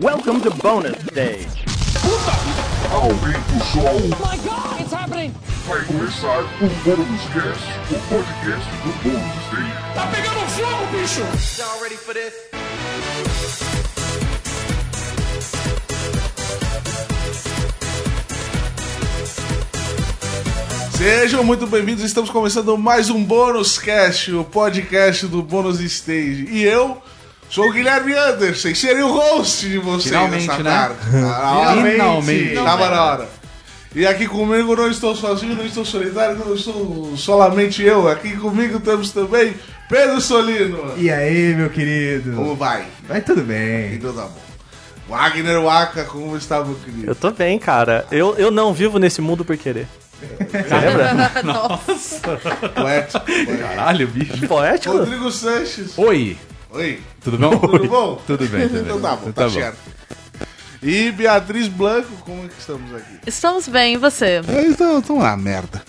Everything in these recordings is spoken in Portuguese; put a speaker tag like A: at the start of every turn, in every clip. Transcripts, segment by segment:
A: Welcome to bonus stage.
B: Aumenta o som,
C: My God, it's happening!
B: vai começar o Bônus Cast, o podcast do Bônus Day.
C: Tá pegando fogo, bicho!
D: Y'all ready for this?
E: Sejam muito bem-vindos, estamos começando mais um Bônus Cast, o podcast do Bônus Stage. E eu sou o Guilherme Anderson, e serei o host de vocês
F: Finalmente,
E: nessa
F: né?
E: tarde. Na hora.
F: Finalmente.
E: Tava na hora. E aqui comigo não estou sozinho, não estou solidário, não estou solamente eu. Aqui comigo temos também Pedro Solino.
F: E aí, meu querido?
E: Como vai?
F: Vai tudo bem.
E: Então tá bom. Wagner Waka, como está, meu querido?
G: Eu tô bem, cara. Eu, eu não vivo nesse mundo por querer. Você lembra?
E: Poético. poético.
F: Caralho, bicho.
G: Poético?
E: Rodrigo Sanches.
F: Oi,
E: Oi.
F: tudo bom?
E: Tudo bom?
F: Tudo bem, tudo bem.
E: Então tá bom, tá,
F: Então
E: certo. E Beatriz Blanco, como é que estamos aqui?
H: Estamos bem, e você?
E: Então, então lá, merda.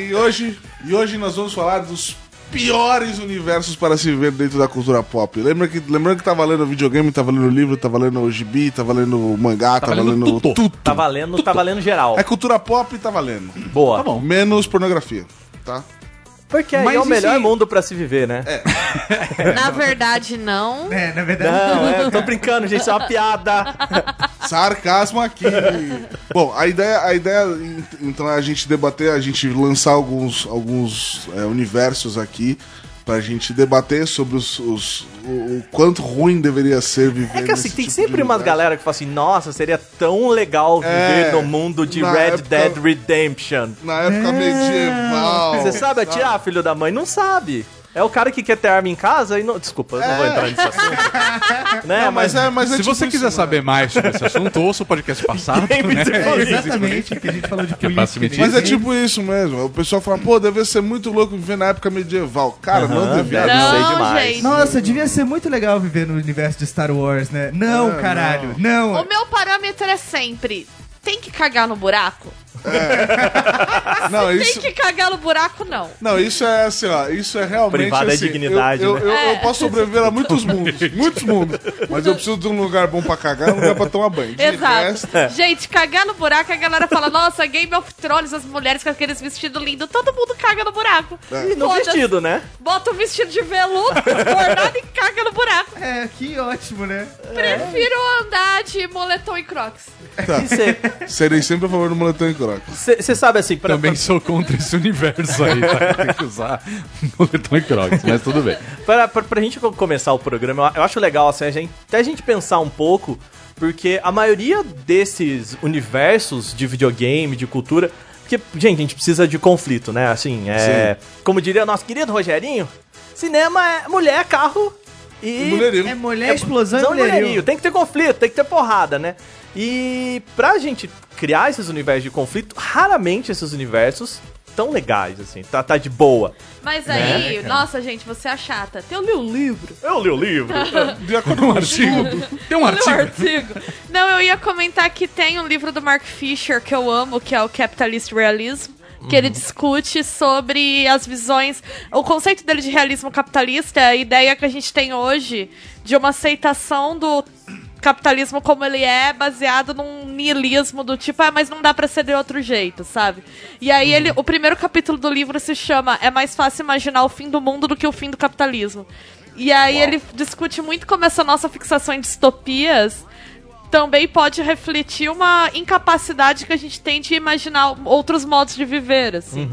E: e, hoje, e hoje nós vamos falar dos piores universos para se viver dentro da cultura pop. Lembra que, lembrando que tá valendo videogame, tá valendo livro, tá valendo gibi, tá valendo mangá, tá, valendo,
F: valendo
E: tudo.
F: tudo.
G: Tá valendo, tá valendo geral.
E: É cultura pop tá valendo.
G: Boa.
F: bom.
E: Menos pornografia, tá?
G: Porque aí
F: Mas
G: é o
F: e
G: melhor
F: se-
G: mundo pra se viver, né?
E: É.
H: Na verdade, não.
F: É, na verdade,
G: Não, é, tô brincando, gente, isso é uma piada.
E: Sarcasmo aqui. né? Bom, a ideia, a ideia ent- então é a gente debater, a gente lançar alguns, alguns é, universos aqui pra gente debater sobre os, os- o, o quanto ruim deveria ser viver.
G: É que assim,
E: nesse
G: tem
E: tipo de
G: sempre umas
E: universo.
G: galera que fala assim, nossa, seria tão legal viver
E: É,
G: no mundo de
E: na
G: Red
E: época-
G: Dead Redemption.
E: Na
F: É.
E: época medieval.
G: Você sabe atirar, filho da mãe? Não sabe. É o cara que quer ter arma em casa e não... Desculpa, eu não vou entrar nesse assunto. né,
E: É. Não, mas é, mas é
F: se
E: tipo
F: você
E: isso,
F: quiser
E: né?
F: saber mais sobre esse assunto, ouça o podcast passado, né?
I: é Exatamente, que a gente falou de
F: é pra se
I: política. né?
E: Mas
F: meter.
E: é tipo isso mesmo. O pessoal fala, pô, devia ser muito louco viver na época medieval. Cara, não devia.
G: deve
E: não.
G: ser
H: Não,
G: demais.
H: gente.
I: Nossa, devia ser muito legal viver no universo de Star Wars, né? Não,
F: Ah,
I: caralho, não.
H: O meu parâmetro é sempre: tem que cagar no buraco?
F: é
H: Ah,
E: Não,
F: assim,
E: isso.
H: Tem que cagar no buraco, não.
E: Não, isso é assim, ó. Isso é realmente.
G: Privada é
E: assim,
G: dignidade,
E: Eu, eu,
G: né?
E: eu- eu
H: É.
E: posso sobreviver a muitos mundos. Muitos mundos. Mas eu preciso de um lugar bom pra cagar e um lugar pra tomar banho. De resto,
H: Exato. Gente, cagar no buraco, a galera fala: Nossa, Game of Thrones, as mulheres com aqueles vestidos lindos, todo mundo caga no buraco.
E: É.
G: E no
H: Foda-se.
G: vestido, né?
H: Bota um vestido de veludo, bordado e caga no buraco.
I: É, que ótimo, né?
E: É.
H: Prefiro andar de moletom e crocs.
G: E você...
E: tá. Serei sempre a favor do moletom e croque.
G: Você sabe assim, pra,
F: Também sou contra esse universo aí, tá? Tem que usar moletom e crocs, mas tudo bem.
G: pra, pra, pra gente co- começar o programa, eu acho legal assim, a gente, até a gente pensar um pouco, porque a maioria desses universos de videogame, de cultura. Porque, gente, a gente precisa de conflito, né? Assim, é. Como diria nosso querido Rogerinho, cinema é mulher, carro e.
E: Mulherinho.
I: É mulher, explosão e
G: São
I: mulherio.
G: mulherio. Tem que ter conflito, tem que ter porrada, né? E pra gente criar esses universos de conflito, raramente esses universos tão legais, assim, tá, tá de boa.
H: Mas
E: É,
H: aí, nossa, gente, você é chata. Tem o meu livro.
G: Eu li o livro.
E: De acordo com o artigo.
F: Tem
H: Leu
F: um
H: o
F: artigo.
H: artigo. Não, eu ia comentar que tem um livro do Mark Fisher que eu amo, que é o Capitalist Realism. Que ele discute sobre as visões, o conceito dele de realismo capitalista, a ideia que a gente tem hoje de uma aceitação do capitalismo como ele é, baseado num niilismo do tipo, ah, mas não dá pra ser de outro jeito, sabe? E aí ele, o primeiro capítulo do livro se chama É mais fácil imaginar o fim do mundo do que o fim do capitalismo. E aí ele discute muito como essa nossa fixação em distopias também pode refletir uma incapacidade que a gente tem de imaginar outros modos de viver, assim.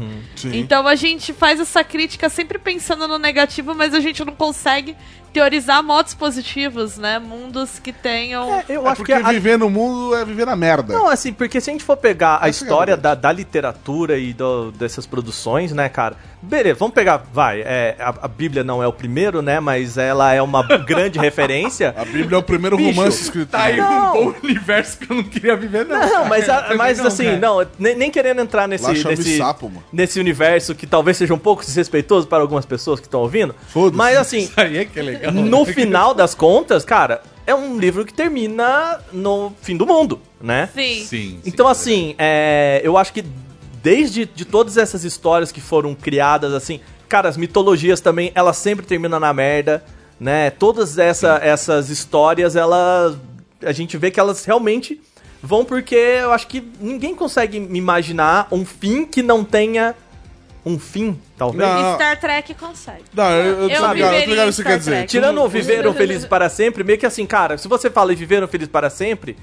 H: Então a gente faz essa crítica sempre pensando no negativo, mas a gente não consegue teorizar modos positivos, né? Mundos que tenham...
G: eu
E: É
G: acho que
E: porque
G: a,
E: viver no mundo é viver na merda.
G: Não, assim, porque se a gente for pegar a
E: Essa é a
G: história da, da literatura e do- dessas produções, né, cara? Beleza, vamos pegar, vai, é, a, a Bíblia não é o primeiro, né, mas ela é uma grande referência.
E: A Bíblia é o primeiro
G: Bicho,
E: romance escrito.
F: Tá aí
G: Não.
F: um bom universo que eu não queria viver, não.
G: Não, mas, a- mas
I: não,
G: assim,
I: cara.
G: não, nem, nem querendo entrar nesse,
E: Lá chama
G: nesse,
E: sapo, mano.
G: nesse universo que talvez seja um pouco desrespeitoso para algumas pessoas que estão ouvindo,
E: Foda-se.
G: mas assim,
F: Aí é que é legal.
G: no final das contas, cara, é um livro que termina no fim do mundo, né?
H: Sim.
F: Sim. sim.
G: Então, assim, é, eu acho que desde de todas essas histórias que foram criadas, assim, cara, as mitologias também, elas sempre terminam na merda, né? Todas essa, essas histórias, elas a gente vê que elas realmente vão porque eu acho que ninguém consegue me imaginar um fim que não tenha um fim, talvez.
E: Não, Ah.
H: Star Trek consegue.
E: Não, eu, eu,
H: Eu
E: tô ligado, eu tô
H: viveria
E: ligado o
H: em
E: que você quer
H: Star
E: dizer.
H: Trek.
G: Tirando o viveram felizes para sempre, meio que assim, cara, se você fala em viveram felizes para sempre,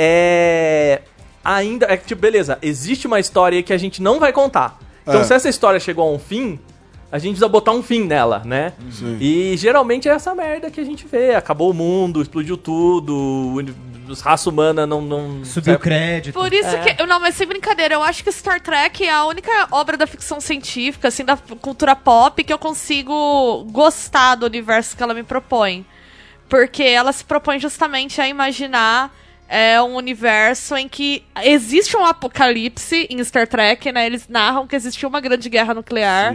G: é ainda é que tipo, beleza, existe uma história aí que a gente não vai contar. Então
E: É.
G: se essa história chegou a um fim, a gente precisa botar um fim nela, né? E geralmente é essa merda que a gente vê, acabou o mundo, explodiu tudo, o uni- os raça humana não não
I: Subiu o crédito.
H: Por isso
G: É.
H: que. eu- Não, mas sem brincadeira, eu acho que Star Trek é a única obra da ficção científica, assim, da cultura pop, que eu consigo gostar do universo que ela me propõe. Porque ela se propõe justamente a imaginar é, um universo em que existe um apocalipse em Star Trek, né? Eles narram que existiu uma grande guerra nuclear.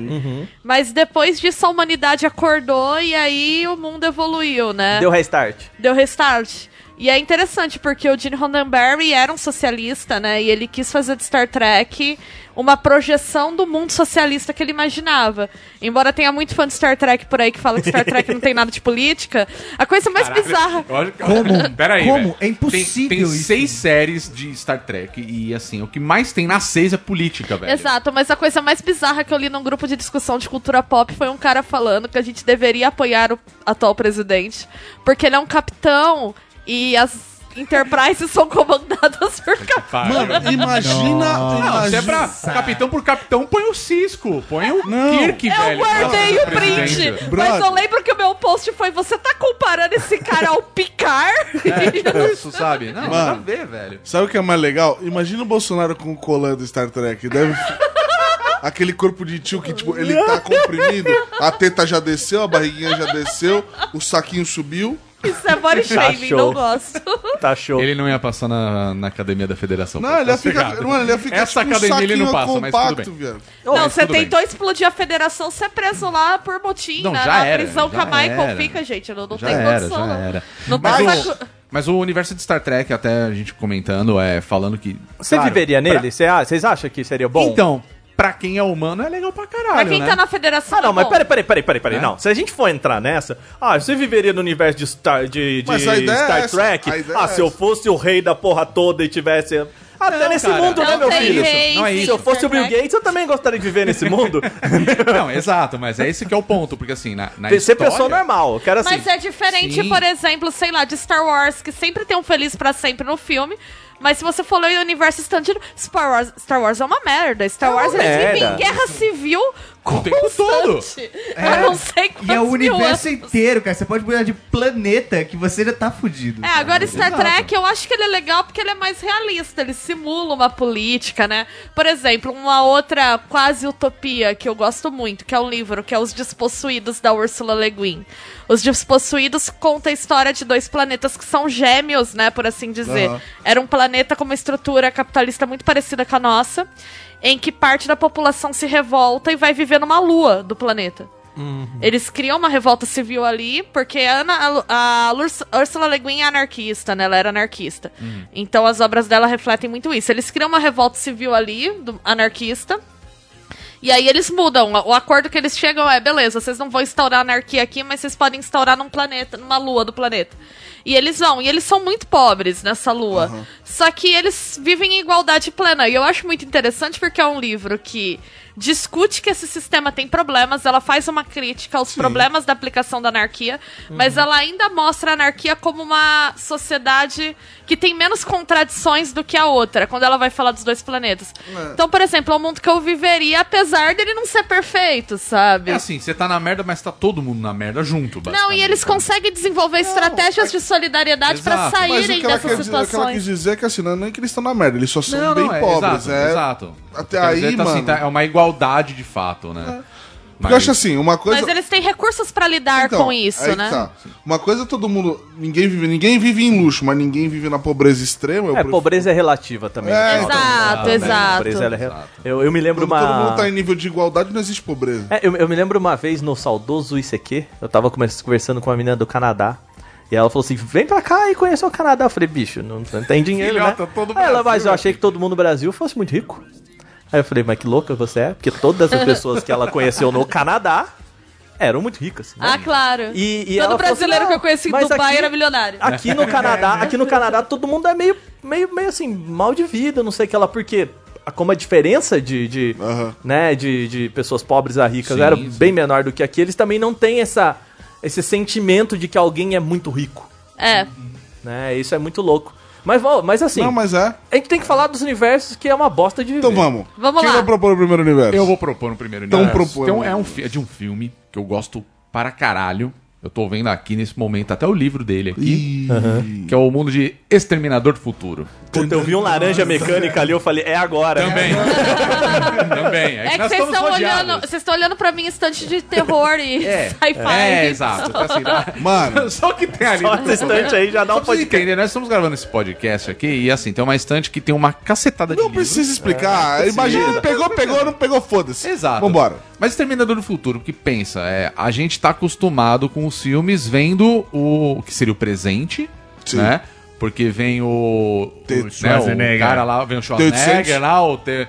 H: Mas depois disso a humanidade acordou e aí o mundo evoluiu, né?
G: deu restart.
H: Deu restart. E é interessante, porque o Gene Roddenberry era um socialista, né? E ele quis fazer de Star Trek uma projeção do mundo socialista que ele imaginava. Embora tenha muito fã de Star Trek por aí que fala que Star Trek não tem nada de política, a coisa mais bizarra.
F: Eu acho que-
I: Como?
F: Pera aí,
I: Como?
F: velho.
I: É impossível
F: Tem, tem
I: isso.
F: seis séries de Star Trek e, assim, o que mais tem nas seis é política, velho.
H: Exato, mas a coisa mais bizarra que eu li num grupo de discussão de cultura pop foi um cara falando que a gente deveria apoiar o atual presidente, porque ele é um capitão e as Enterprises são comandadas por capitão.
F: Pariu.
E: Mano, imagina.
F: Não, se
E: imagina
F: é pra capitão por capitão, põe o Cisco, põe o
E: Não.
F: Kirk,
H: Eu
F: velho.
H: guardei
F: Nossa,
H: um o print,
F: presidente.
H: mas
E: Brother.
H: eu lembro que o meu post foi: você tá comparando esse cara ao Picar?
F: Isso, sabe? Não, nada a
E: Mano.
F: ver, velho.
E: Sabe o que é mais legal? Imagina o Bolsonaro com o colã do Star Trek. Deve. Aquele corpo de tio que, tipo, ele tá comprimido, a teta já desceu, a barriguinha já desceu, o saquinho subiu.
H: Isso é body shaming,
G: show.
H: não gosto.
G: Tá show.
F: Ele não ia passar na, na academia da federação.
E: Não,
F: pô,
E: ele
F: tá
E: fica.
F: sossegado.
E: Não, ele fica
F: Essa
E: tipo, um
F: academia ele não
E: saquinho
F: passa, mas tudo
E: compacto,
F: bem.
E: velho.
H: não,
F: mas
H: você
F: tudo bem.
H: tentou explodir a federação, você é preso lá por motim,
F: Não,
H: né?
F: já
H: Na
F: era,
H: prisão que
F: já
H: a Michael
F: era.
H: fica, gente. Não, não
F: Já
H: tem
F: era,
H: condição,
F: já
H: não.
F: era.
H: Não tem
F: Mas o,
H: saco-
F: mas o universo de Star Trek, até a gente comentando, é falando que.
G: Você
F: claro,
G: viveria
F: pra-
G: nele? Cê- ah, Vocês acham que seria bom?
F: Então, pra quem é humano é legal pra caralho.
H: Pra quem
F: né?
H: tá na federação.
G: Ah, não,
H: é
G: mas
H: bom.
G: peraí, peraí, peraí, peraí, peraí.
E: Né?
F: É?
G: Não, se a gente for entrar nessa, ah, você viveria no universo de Star, de, de
E: Mas a ideia é
G: Star
E: essa,
G: Trek?
E: a ideia
G: ah,
E: é
G: se eu
E: essa.
G: fosse o rei da porra toda e tivesse. Até
F: Não,
G: nesse
F: cara.
G: mundo, né,
H: Não
G: meu
H: tem
G: filho?
H: reis
F: Não é
H: em
F: isso.
G: Se eu fosse o
H: Star
G: Bill
H: Trek.
G: Gates, eu também gostaria de viver nesse mundo.
F: Não, exato, mas é esse que é o ponto, porque assim, na, na
G: Ser
F: história-
G: pessoa normal. Eu quero assim.
H: Mas é diferente,
F: Sim.
H: por exemplo, sei lá, de Star Wars, que sempre tem um feliz pra sempre no filme. Mas se você for ler o universo estandido, Star Wars, Star Wars é uma merda. Star
G: É uma
H: Wars eles vivem
G: merda.
H: em guerra civil
F: O tempo
H: constante.
F: todo.
H: Eu não sei quantos
I: E é o
H: mil
I: universo
H: anos.
I: inteiro, cara. Você pode mudar de planeta que você já tá fudido.
H: É, agora Star Trek eu acho que ele é legal porque ele é mais realista, ele simula uma política, né? Por exemplo, uma outra quase utopia que eu gosto muito, que é um livro, que é Os Despossuídos da Ursula Le Guin. Os Despossuídos conta a história de dois planetas que são gêmeos, né, por assim dizer.
E: Aham.
H: Era um planeta com uma estrutura capitalista muito parecida com a nossa, em que parte da população se revolta e vai viver numa lua do planeta. Uhum. Eles criam uma revolta civil ali, porque a, Ana, a, a Lurs- Ursula Le Guin é anarquista, né? Ela era anarquista. Então as obras dela refletem muito isso. Eles criam uma revolta civil ali, do- anarquista. E aí eles mudam. O acordo que eles chegam é, beleza, vocês não vão instaurar anarquia aqui, mas vocês podem instaurar num planeta, numa lua do planeta. E eles vão, e eles são muito pobres nessa lua. Só que eles vivem em igualdade plena. E eu acho muito interessante porque é um livro que discute que esse sistema tem problemas, ela faz uma crítica aos problemas da aplicação da anarquia, mas
E: Uhum.
H: ela ainda mostra a anarquia como uma sociedade que tem menos contradições do que a outra, quando ela vai falar dos dois planetas. Então, por exemplo, é um mundo que eu viveria, apesar dele não ser perfeito, sabe?
F: É assim, você tá na merda, mas tá todo mundo na merda junto,
H: não,
F: basicamente.
H: e eles conseguem desenvolver estratégias de solidariedade pra
F: Exato, mas
E: é Mas o
H: saírem
E: que, ela quer
H: dessas
E: dizer, o que ela quis
H: situações.
E: dizer é que assim, não é nem que eles estão na merda, eles só são
F: Não,
E: bem
F: não, é,
E: pobres.
F: exato,
E: é,
F: exato.
E: Até
F: Quer
E: aí,
F: tá assim,
E: mano. É.
F: tá- é uma igualdade de fato, né?
E: Porque eu acho assim, uma coisa.
H: Mas eles têm recursos pra lidar
E: Então,
H: com isso,
E: aí que
H: né?
E: tá. Uma coisa todo mundo. Ninguém vive, ninguém vive em luxo, mas ninguém vive na pobreza extrema. Eu
G: É,
E: prefiro-
G: pobreza é relativa também.
E: É,
G: Então,
H: Exato,
G: né,
H: exato.
G: pobreza, ela é re- eu, eu me lembro
E: Quando
G: uma.
E: todo mundo tá em nível de igualdade, não existe pobreza.
G: É, eu, eu me lembro uma vez no saudoso ICQ, eu tava conversa- conversando com uma menina do Canadá. E ela falou assim: vem pra cá e conhecer o Canadá. Eu falei, bicho, não, não tem dinheiro.
F: Filhota,
G: né?
F: todo
G: Aí ela,
F: Brasil,
G: mas eu
F: né,
G: achei que todo mundo no Brasil fosse muito rico. Aí eu falei, mas que louca você é, porque todas as pessoas que ela conheceu no Canadá eram muito ricas. né?
H: Ah, claro.
G: E- e ela
H: Todo
G: falou
H: brasileiro
G: assim,
H: que eu conheci em
G: "Mas
H: Dubai
G: aqui-
H: era milionário.
G: Aqui no Canadá, aqui no Canadá todo mundo é meio, meio, meio assim, mal de vida, não sei o que lá, porque a- como a diferença de, de,
E: Aham.
G: né, de, de pessoas pobres a ricas
F: Sim,
G: era
F: sim.
G: bem menor do que aqui, eles também não têm essa, esse sentimento de que alguém é muito rico,
H: É.
G: né? Isso é muito louco. Mas, vol- mas assim,
E: Não, mas é.
G: a gente tem que falar dos universos que é uma bosta de viver.
E: Então vamos.
H: Vamos
E: Quem
H: lá.
E: vai propor o primeiro universo?
F: Eu vou propor um primeiro
E: Então
F: universo.
E: propõe.
F: Então é, um, fi- é de um filme que eu gosto para caralho. Eu tô vendo aqui nesse momento até o livro dele aqui,
E: Ih,
F: que é o mundo de Exterminador do Futuro.
G: Puta, eu vi um laranja mecânica ali, eu falei, é agora.
F: Também. Também.
H: É que
F: nós
H: vocês
F: estamos
H: estão
F: rodeados.
H: olhando, vocês estão olhando pra mim estante de terror e sci-fi.
F: É, exato. Tá assim, tá-
E: Mano,
F: Só o que tem ali. né?
G: Só essa estante aí já dá um
F: Só pra vocês
G: podcast.
F: entenderem, nós estamos gravando esse podcast aqui e assim, tem uma estante que tem uma cacetada de
E: não
F: livros.
E: precisa explicar. Imagina, pegou, pegou, não pegou, foda-se.
F: É, Exato.
E: Vambora.
F: Mas Exterminador do Futuro, que pensa, é, a gente tá acostumado com os filmes vendo o, o que seria o presente,
E: Sim.
F: né? Porque vem o,
E: T-
F: o, né, o cara lá, vem o Schwarzenegger
E: T-800.
F: lá, o T-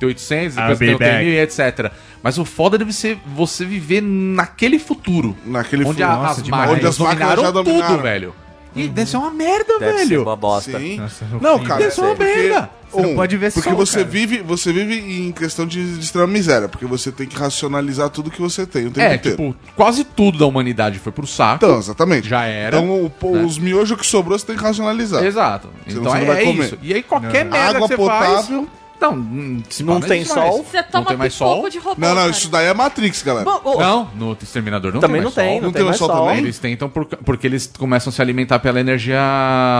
F: T-800, depois tem o T-1000 e etc. Mas o foda deve ser você viver naquele futuro.
E: Naquele
F: onde
E: futuro.
F: a,
E: Nossa,
F: as
E: demais.
F: máquinas
E: Onde as máquinas
F: dominaram
E: já dominaram. Uhum.
F: tudo, velho. E deve ser uma merda,
G: Deve ser
F: velho.
G: uma bosta.
E: Sim. é um,
F: Não, cara, deve ser é uma
G: porque-
F: merda.
I: Você não pode ver
E: porque
I: sol,
E: você
I: cara.
E: vive, você vive em questão de, de extrema miséria, porque você tem que racionalizar tudo que você tem o tempo
F: É,
E: inteiro.
F: tipo, quase tudo da humanidade foi pro saco.
E: então, exatamente.
F: Já era, né?
E: Então, o- pô, os miojos que sobrou você tem que racionalizar.
F: Exato.
E: Você
F: então
E: não
F: é,
E: vai
F: é
E: comer.
F: isso. E aí qualquer merda
E: Água
F: que você
E: potável.
F: faz... Não, hum, se
G: Não
F: pá,
G: tem
F: existe
G: sol.
F: mais.
H: Você
F: Não
H: toma
F: tem
H: um
F: mais sol.
H: pouco de robô.
E: Não, não,
H: cara.
E: isso daí é Matrix, galera.
G: Bom, ô,
F: Não, no Exterminador não
G: também
F: tem
G: não
F: mais
G: tem,
F: sol.
G: não tem
E: Não tem
G: mais
E: sol
G: sol.
E: também?
F: Eles tentam por- porque eles começam a se alimentar pela energia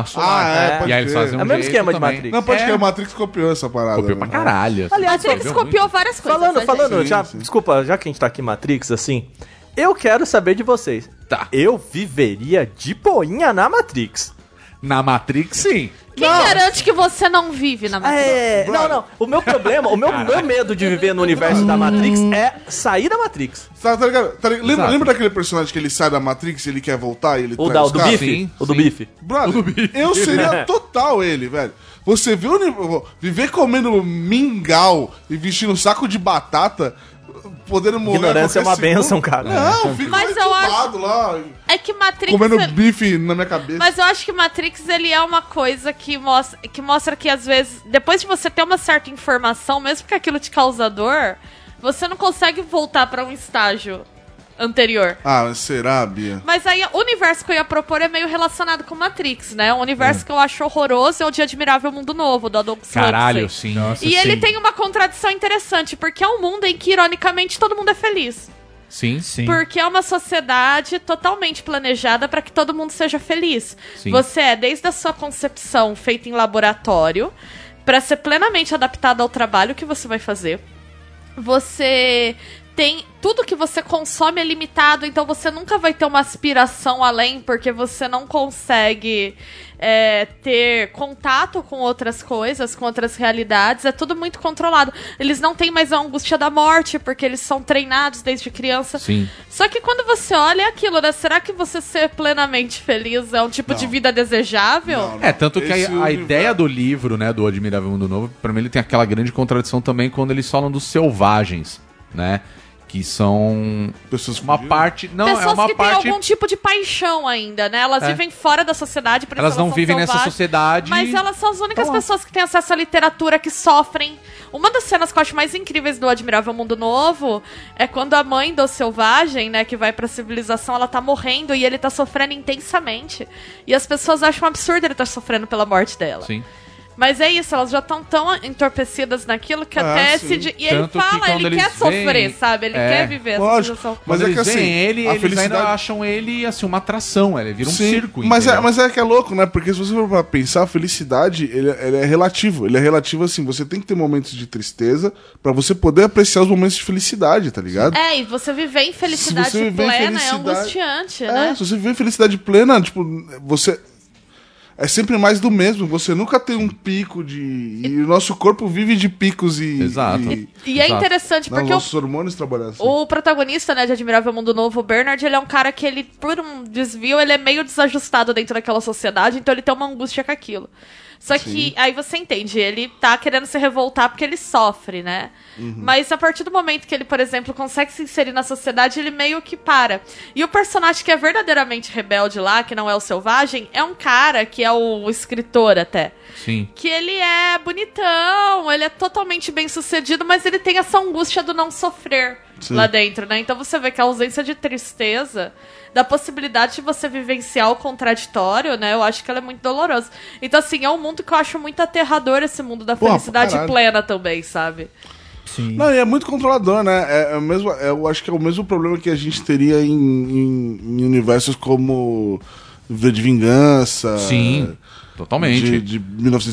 F: solar.
E: Ah, é, pode
F: e aí eles
E: crer.
F: fazem um
G: É o mesmo
F: jeito
G: esquema de
F: também.
G: Matrix.
E: Não, pode
F: É.
E: que o Matrix copiou essa parada.
F: Copiou pra assim,
E: né?
F: caraleu.
G: Aliás,
H: Matrix
F: Entendeu
H: copiou várias coisas.
G: Falando,
H: né,
G: falando,
E: Sim,
G: já,
E: sim.
G: desculpa, já que a gente tá aqui em Matrix, assim, eu quero saber de vocês.
F: Tá.
G: Eu viveria de boinha na Matrix.
F: Na Matrix, sim.
H: gente? Quem garante que você não vive na Matrix?
G: É, não, não. O meu problema, o meu, meu medo de viver no universo da Matrix é sair da Matrix.
E: Tá, tá ligado? Tá ligado? Lembra,
F: Exato.
E: lembra daquele personagem que ele sai da Matrix e ele quer voltar e ele
G: Ou
E: traz
G: da, o
E: os
G: do É.
E: caras?
G: bife.
F: Sim,
G: o do
F: sim.
G: bife.
E: Brother, eu seria total ele, velho. Você viu viver comendo mingau e vestindo um saco de batata, podendo morrer. a
G: Ignorância é
E: qualquer
G: uma
E: segundo?
G: bênção, cara. É.
E: Não, fico
H: Mas eu
E: entubado lá,
H: É que Matrix.
E: comendo bife na minha cabeça.
H: Mas eu acho que Matrix ele é uma coisa que mostra, que mostra que às vezes, depois de você ter uma certa informação, mesmo que aquilo te causa dor, você não consegue voltar pra um estágio anterior.
E: Ah, mas será, Bia?
H: Mas aí o universo que eu ia propor é meio relacionado com Matrix, né? Um universo que eu acho horroroso é o de Admirável Mundo Novo, do Adolfo
F: Caralho, sim.
H: E ele tem um uma contradição interessante, porque é um mundo em que, ironicamente, todo mundo é feliz.
F: Sim.
I: Sim.
H: Porque é uma sociedade totalmente planejada para que todo mundo seja feliz.
F: Sim.
H: Você é desde a sua concepção feita em laboratório para ser plenamente adaptada ao trabalho que você vai fazer. Você tem tudo que você consome é limitado, então você nunca vai ter uma aspiração além porque você não consegue é, ter contato com outras coisas, com outras realidades. É tudo muito controlado. Eles não têm mais a angústia da morte porque eles são treinados desde criança.
F: Sim.
H: Só que quando você olha é aquilo, né? Será que você ser plenamente feliz é um tipo de vida desejável?
F: É, tanto que
E: Esse
F: a, a
E: universo-
F: ideia do livro, né, do Admirável Mundo Novo, pra mim ele tem aquela grande contradição também quando eles falam dos selvagens, né? Que são
E: Pessoas
F: uma
E: fugiram.
F: parte. Não,
H: Pessoas
F: é uma
H: que
F: parte.
H: têm algum tipo de paixão ainda, né? Elas
F: É.
H: vivem fora da sociedade, por isso
F: Elas não
H: são
F: vivem nessa
H: selvagens.
F: sociedade.
H: Mas elas são as únicas
F: Tá lá.
H: pessoas que têm acesso à literatura que sofrem. Uma das cenas que eu acho mais incríveis do Admirável Mundo Novo é quando a mãe do selvagem, né, que vai pra civilização, ela tá morrendo e ele tá sofrendo intensamente. E as pessoas acham um absurdo ele tá sofrendo pela morte dela.
F: Sim.
H: Mas é isso, elas já estão tão entorpecidas naquilo que
E: Ah,
H: até
E: sim.
H: se. de- E ele
F: Tanto que
H: fala,
F: quando
H: ele quer
F: eles veem-
H: sofrer, sabe? Ele
F: É,
H: quer viver
E: lógico.
H: essa situação.
E: Mas
F: Mas
E: é que
F: eles
E: assim,
F: veem ele,
E: a
F: eles
E: felicidade-
F: ainda acham ele, assim, uma atração. Ele vira um
E: Sim,
F: circo,
E: mas é,
F: entendeu?
E: mas é que é louco, né? Porque se você for pra pensar, a felicidade ele, ele é relativo. Ele é relativo assim, você tem que ter momentos de tristeza pra você poder apreciar os momentos de felicidade, tá ligado?
H: É, e você viver em felicidade
E: viver em
H: plena é
E: felicidade-
H: angustiante,
E: É,
H: né?
E: se você viver felicidade plena, tipo, você. é sempre mais do mesmo. Você nunca tem um pico de. E o nosso corpo vive de picos e.
F: Exato.
E: E,
H: E é
F: Exato.
H: interessante
E: né, os
H: porque o
E: nossos hormônios trabalham assim.
H: O protagonista, né, de Admirável Mundo Novo, o Bernard, ele é um cara que ele, por um desvio, ele é meio desajustado dentro daquela sociedade, então ele tem uma angústia com aquilo. Só que aí você entende, ele tá querendo se revoltar porque ele sofre, né? Mas a partir do momento que ele, por exemplo, consegue se inserir na sociedade, ele meio que para. E o personagem que é verdadeiramente rebelde lá, que não é o selvagem, é um cara que é o escritor até
F: Sim.
H: que ele é bonitão, ele é totalmente bem sucedido, mas ele tem essa angústia do não sofrer
E: Sim.
H: lá dentro, né? Então você vê que a ausência de tristeza, da possibilidade de você vivenciar o contraditório, né? Eu acho que ela é muito dolorosa. Então, assim, é um mundo que eu acho muito aterrador esse mundo da
E: Porra, pra
H: felicidade
E: caralho.
H: plena também, sabe?
I: Sim.
E: Não, e é muito controlador, né? É, é o mesmo, é, eu acho que é o mesmo problema que a gente teria em, em- em universos como V de Vingança.
F: Sim.
E: De,
F: Totalmente.
E: de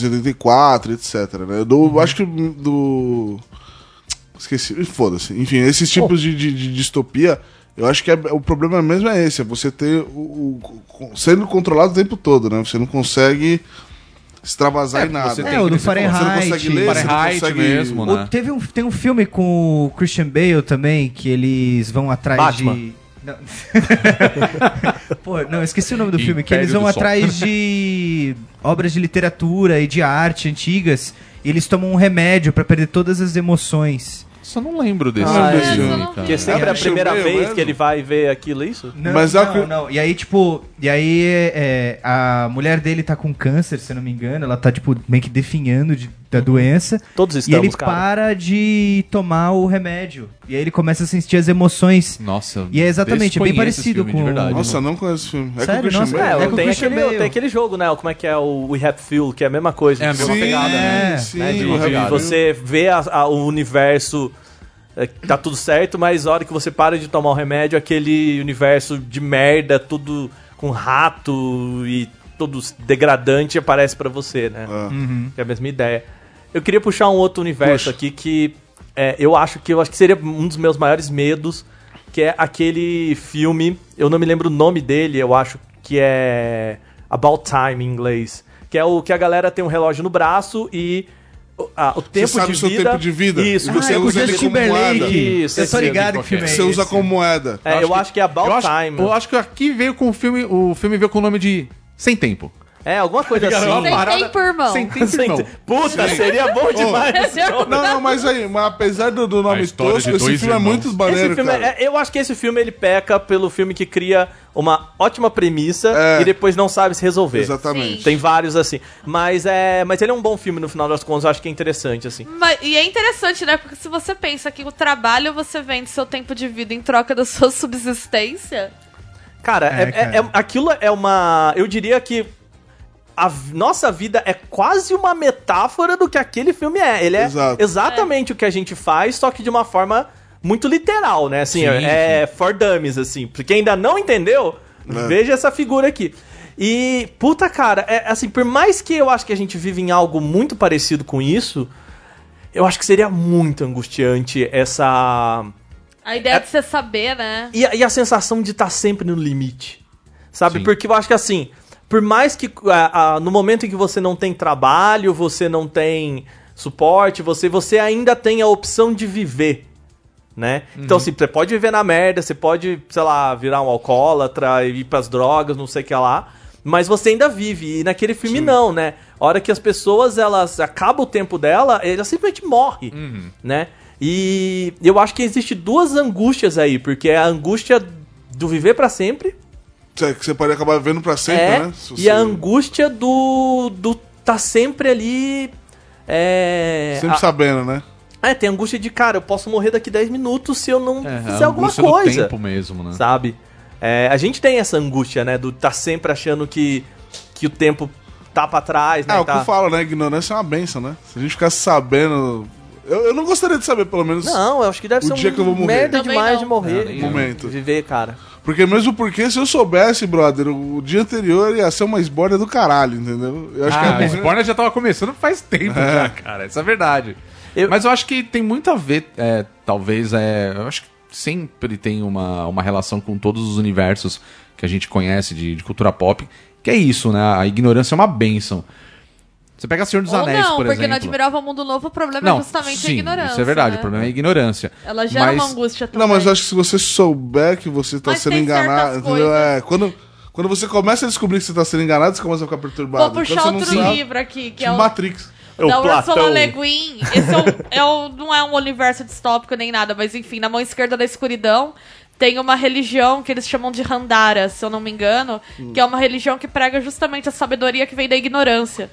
E: 1984, etc. Né? Do, eu Acho que do. Esqueci, foda-se. Enfim, esses tipos de, de- de distopia, eu acho que é- o problema mesmo é esse: é você ter. O, o- sendo controlado o tempo todo, né? Você não consegue extravasar
F: É,
E: em nada.
F: você
I: É, o do
E: você não
I: Fahrenheit.
E: consegue ler, você não
F: Fahrenheit
E: consegue
F: mesmo, né?
I: O- teve um, tem um filme com o Christian Bale também, que eles vão atrás
G: Batman.
I: de. Não. Pô, não, esqueci o nome do filme. Que
F: Império
I: eles vão
F: do Sol.
I: atrás de obras de literatura e de arte antigas. E eles tomam um remédio pra perder todas as emoções.
F: Só não lembro desse
E: Ah,
H: é, eu
F: filme, assim,
H: não
F: cara.
G: Porque sempre é a
E: Christian
G: primeira
E: Bale
G: vez
E: mesmo?
G: que ele vai ver aquilo, é isso?
I: Não,
E: Mas é
I: não,
E: o que-
I: não. E aí, tipo, e aí é, a mulher dele tá com câncer, se eu não me engano. Ela tá, tipo, meio que definhando de- da doença.
G: Uhum. Todos
I: e ele
G: estamos, cara.
I: para de tomar o remédio. E aí ele começa a sentir as emoções.
F: Nossa.
I: E é exatamente, é bem
F: desconheço
I: parecido
F: esse filme,
I: com-
F: De
G: Tá
F: verdade,
E: Nossa, não conheço esse filme. É
I: Sério?
E: com o Christian
I: Nossa,
E: Bale?
I: é
G: É,
I: com o
G: tem,
I: Christian
G: aquele,
I: Bale.
G: tem aquele jogo, né? Como é que é o We Have Fuel, que é a mesma coisa.
F: É a
G: de
F: mesma
G: você-
E: Sim,
F: pegada, né?
E: sim, é
G: né, de-
E: o
G: de
E: Harry
G: você vê a- a- o universo é, que tá tudo certo, mas a hora que você para de tomar o remédio, aquele universo de merda, tudo com rato e todo degradante aparece pra você, né?
E: Ah.
G: É a mesma ideia. Eu queria puxar um outro universo aqui que é, eu acho que eu acho que seria um dos meus maiores medos, que é aquele filme, eu não me lembro o nome dele, eu acho que é About Time em inglês, que é o que a galera tem um relógio no braço e o- ah, o tempo
E: sabe
G: de
E: o seu
G: vida.
E: tempo de vida
G: Isso.
E: e você
I: é com
E: usa ele
I: Justin
E: como
G: um
E: moeda.
I: Timberlake.
G: Isso,
I: eu
G: esse
I: tô ligado
F: filme
I: que filme é
F: qualquer.
E: Você
I: esse.
E: usa como moeda.
G: É, eu acho que é About
F: eu acho,
G: Time.
F: Eu acho que aqui veio com o filme. O filme veio com o nome de Sem Tempo.
G: É, alguma coisa
F: Cara, é uma
G: assim.
H: Sem
F: parada-
H: tempo, irmão.
F: Sem Tempo, irmão.
G: Puta, seria bom demais. esse
H: Entendeu?
E: Não, não, mas aí, mas apesar do, do
F: A
E: nome
F: história
E: tosco,
F: de
E: esse filme
F: dois
E: é
F: irmãos.
E: muito maneiro,
G: filme,
E: cara.
G: é- eu acho que esse filme ele peca pelo filme que cria uma ótima premissa
E: É.
G: e depois não sabe se resolver.
E: Exatamente.
G: Tem vários assim. Mas é. Mas ele é um bom filme no final das contas, eu acho que é interessante, assim.
H: Mas- e é interessante, né? Porque se você pensa que o trabalho você vende seu tempo de vida em troca da sua subsistência,
G: Cara, é,
I: É, cara.
G: é- é- aquilo é uma. Eu diria que. A v- nossa vida é quase uma metáfora do que aquele filme é. Ele é
E: Exato.
G: exatamente o que a gente faz, só que de uma forma muito literal, né? Assim,
F: Sim,
G: é for dummies, assim. Pra quem ainda não entendeu, veja essa figura aqui. E, puta cara, é, assim, por mais que eu acho que a gente vive em algo muito parecido com isso, eu acho que seria muito angustiante essa.
H: a ideia
G: É-
H: de você saber, né?
G: E, a- e a sensação de estar sempre no limite. Sabe?
F: Sim.
G: Porque eu acho que assim, por mais que ah, ah, no momento em que você não tem trabalho, você não tem suporte, você, você ainda tem a opção de viver. Né? Então, assim, você pode viver na merda, você pode, sei lá, virar um alcoólatra, ir pras drogas, não sei o que lá. Mas você ainda vive. E naquele filme, não, né? A hora que as pessoas, elas acabam o tempo dela, ela simplesmente morre, né? E eu acho que existe duas angústias aí, porque é a angústia do viver pra sempre,
E: Cê- Que você pode acabar vendo pra sempre,
G: é,
E: né? Se
G: e a
E: você-
G: angústia do, do tá sempre ali... É,
E: Sempre
G: a-
E: sabendo, né?
G: é, tem a angústia de, cara, eu posso morrer daqui 10 minutos se eu não
F: É,
G: fizer
F: a
G: alguma
F: angústia do
G: coisa
F: tempo mesmo, né?
G: sabe? É, a gente tem essa angústia, né? Do tá sempre achando que, que o tempo tá pra trás, né?
E: É, o que
G: tá...
E: eu falo, né? Ignorância é uma benção, né? Se a gente ficasse sabendo. Eu, eu não gostaria de saber, pelo menos.
G: Não, eu acho que deve
E: O
G: ser um
E: dia que eu vou morrer.
G: merda
H: Também
G: demais
H: não.
G: de morrer.
F: Não, nem
G: de
E: eu. Momento.
G: Viver, cara.
E: Porque mesmo porque, se eu soubesse, brother, o dia anterior ia ser uma esbórnia do caralho, entendeu? Eu acho
F: Ah,
E: que
F: o
E: é
F: spoiler já tava começando faz tempo já, cara. Essa é a verdade.
G: Eu-
F: Mas eu acho que tem muito a ver, é, talvez, é, eu acho que sempre tem uma, uma relação com todos os universos que a gente conhece de, de cultura pop, Que é isso, né? A ignorância é uma bênção. Você pega Senhor dos
H: Ou
F: Anéis,
H: não, é
F: por
H: porque
F: exemplo.
H: no Admirável Mundo Novo o problema é justamente
F: sim,
H: a ignorância.
F: Isso é verdade,
H: né?
F: o problema é a ignorância.
H: Ela gera
F: Mas-
H: uma angústia também.
E: Não, mas eu acho que se você souber que você tá
H: Mas
E: sendo
H: tem certas
E: enganado. Entendeu?
H: coisas.
E: É, quando, quando você começa a descobrir que você tá sendo enganado, você começa a ficar perturbado.
H: Vou puxar
E: Quando
H: outro
E: você não sabe,
H: livro aqui,
E: tipo
H: que é o
E: Matrix.
G: É o
H: da Ursula
G: Platão.
H: Le Guin. Esse é o- é o- não é um universo distópico nem nada, mas enfim, na mão esquerda da escuridão tem uma religião que eles chamam de Handara, se eu não me engano,
E: Hum.
H: que é uma religião que prega justamente a sabedoria que vem da ignorância.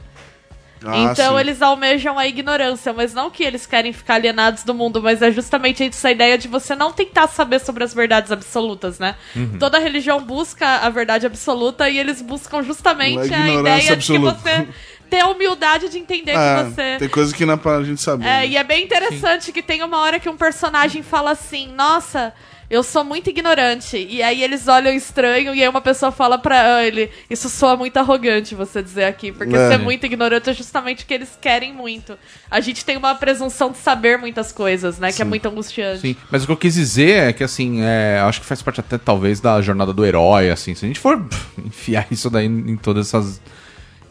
E: Ah,
H: então
E: sim.
H: eles almejam a ignorância, mas não que eles querem ficar alienados do mundo, mas é justamente essa ideia de você não tentar saber sobre as verdades absolutas, né?
E: Uhum.
H: Toda religião busca a verdade absoluta e eles buscam justamente
E: A
H: a,
E: ignorância
H: ideia de que
E: absoluta.
H: você ter a humildade de entender
E: Ah,
H: que você
E: Tem coisa que não é pra gente saber.
H: é, e é bem interessante que tem uma hora que um personagem fala assim: Nossa, eu sou muito ignorante. E aí eles olham estranho e aí uma pessoa fala pra ele: Isso soa muito arrogante você dizer aqui, porque
E: É.
H: ser muito ignorante é justamente o que eles querem muito. A gente tem uma presunção de saber muitas coisas, né? Que é muito angustiante.
F: Sim, mas o que eu quis dizer é que, assim, é, acho que faz parte até, talvez, da jornada do herói, assim. Se a gente for pff, enfiar isso daí em todas essas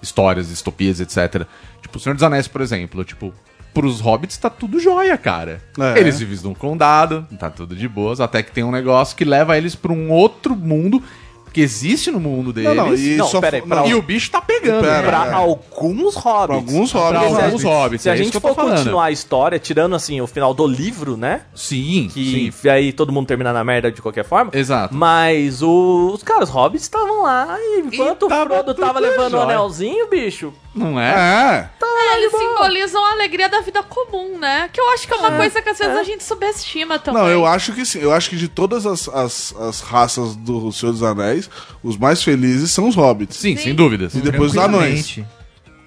F: histórias, distopias, etc. Tipo, o Senhor dos Anéis, por exemplo, tipo... Pros hobbits tá tudo jóia, cara.
E: É.
F: Eles vivem num condado, tá tudo de boas, até que tem um negócio que leva eles pra um outro mundo que existe no mundo deles.
E: não, e
G: Não,
E: só
G: peraí,
E: fo-
G: pra
E: não,
F: E o bicho tá pegando.
E: Pera,
F: né?
G: Pra
E: é.
G: alguns hobbits.
E: Pra alguns
G: Porque
E: hobbits.
G: se a
F: Alguns
G: gente-
F: hobbits,
G: Se a
F: é isso
G: gente
F: que eu tô
G: for
F: falando.
G: continuar a história, tirando assim o final do livro, né?
F: Sim,
G: Que
F: sim.
G: aí todo mundo termina na merda de qualquer forma.
F: Exato.
G: Mas o- os caras, os hobbits estavam lá e enquanto
F: E tava
G: o Frodo tava
F: tudo
G: levando o
F: jóia.
G: anelzinho, bicho.
F: Não é?
E: É.
H: É, eles simbolizam a alegria da vida comum, né? Que eu acho que é uma coisa que às vezes a gente subestima também.
E: Não, eu acho que sim. Eu acho que de todas as, as, as raças do Senhor dos Anéis, os mais felizes são os hobbits.
F: Sim, sem dúvidas.
E: E depois os anões.
I: Tranquilamente.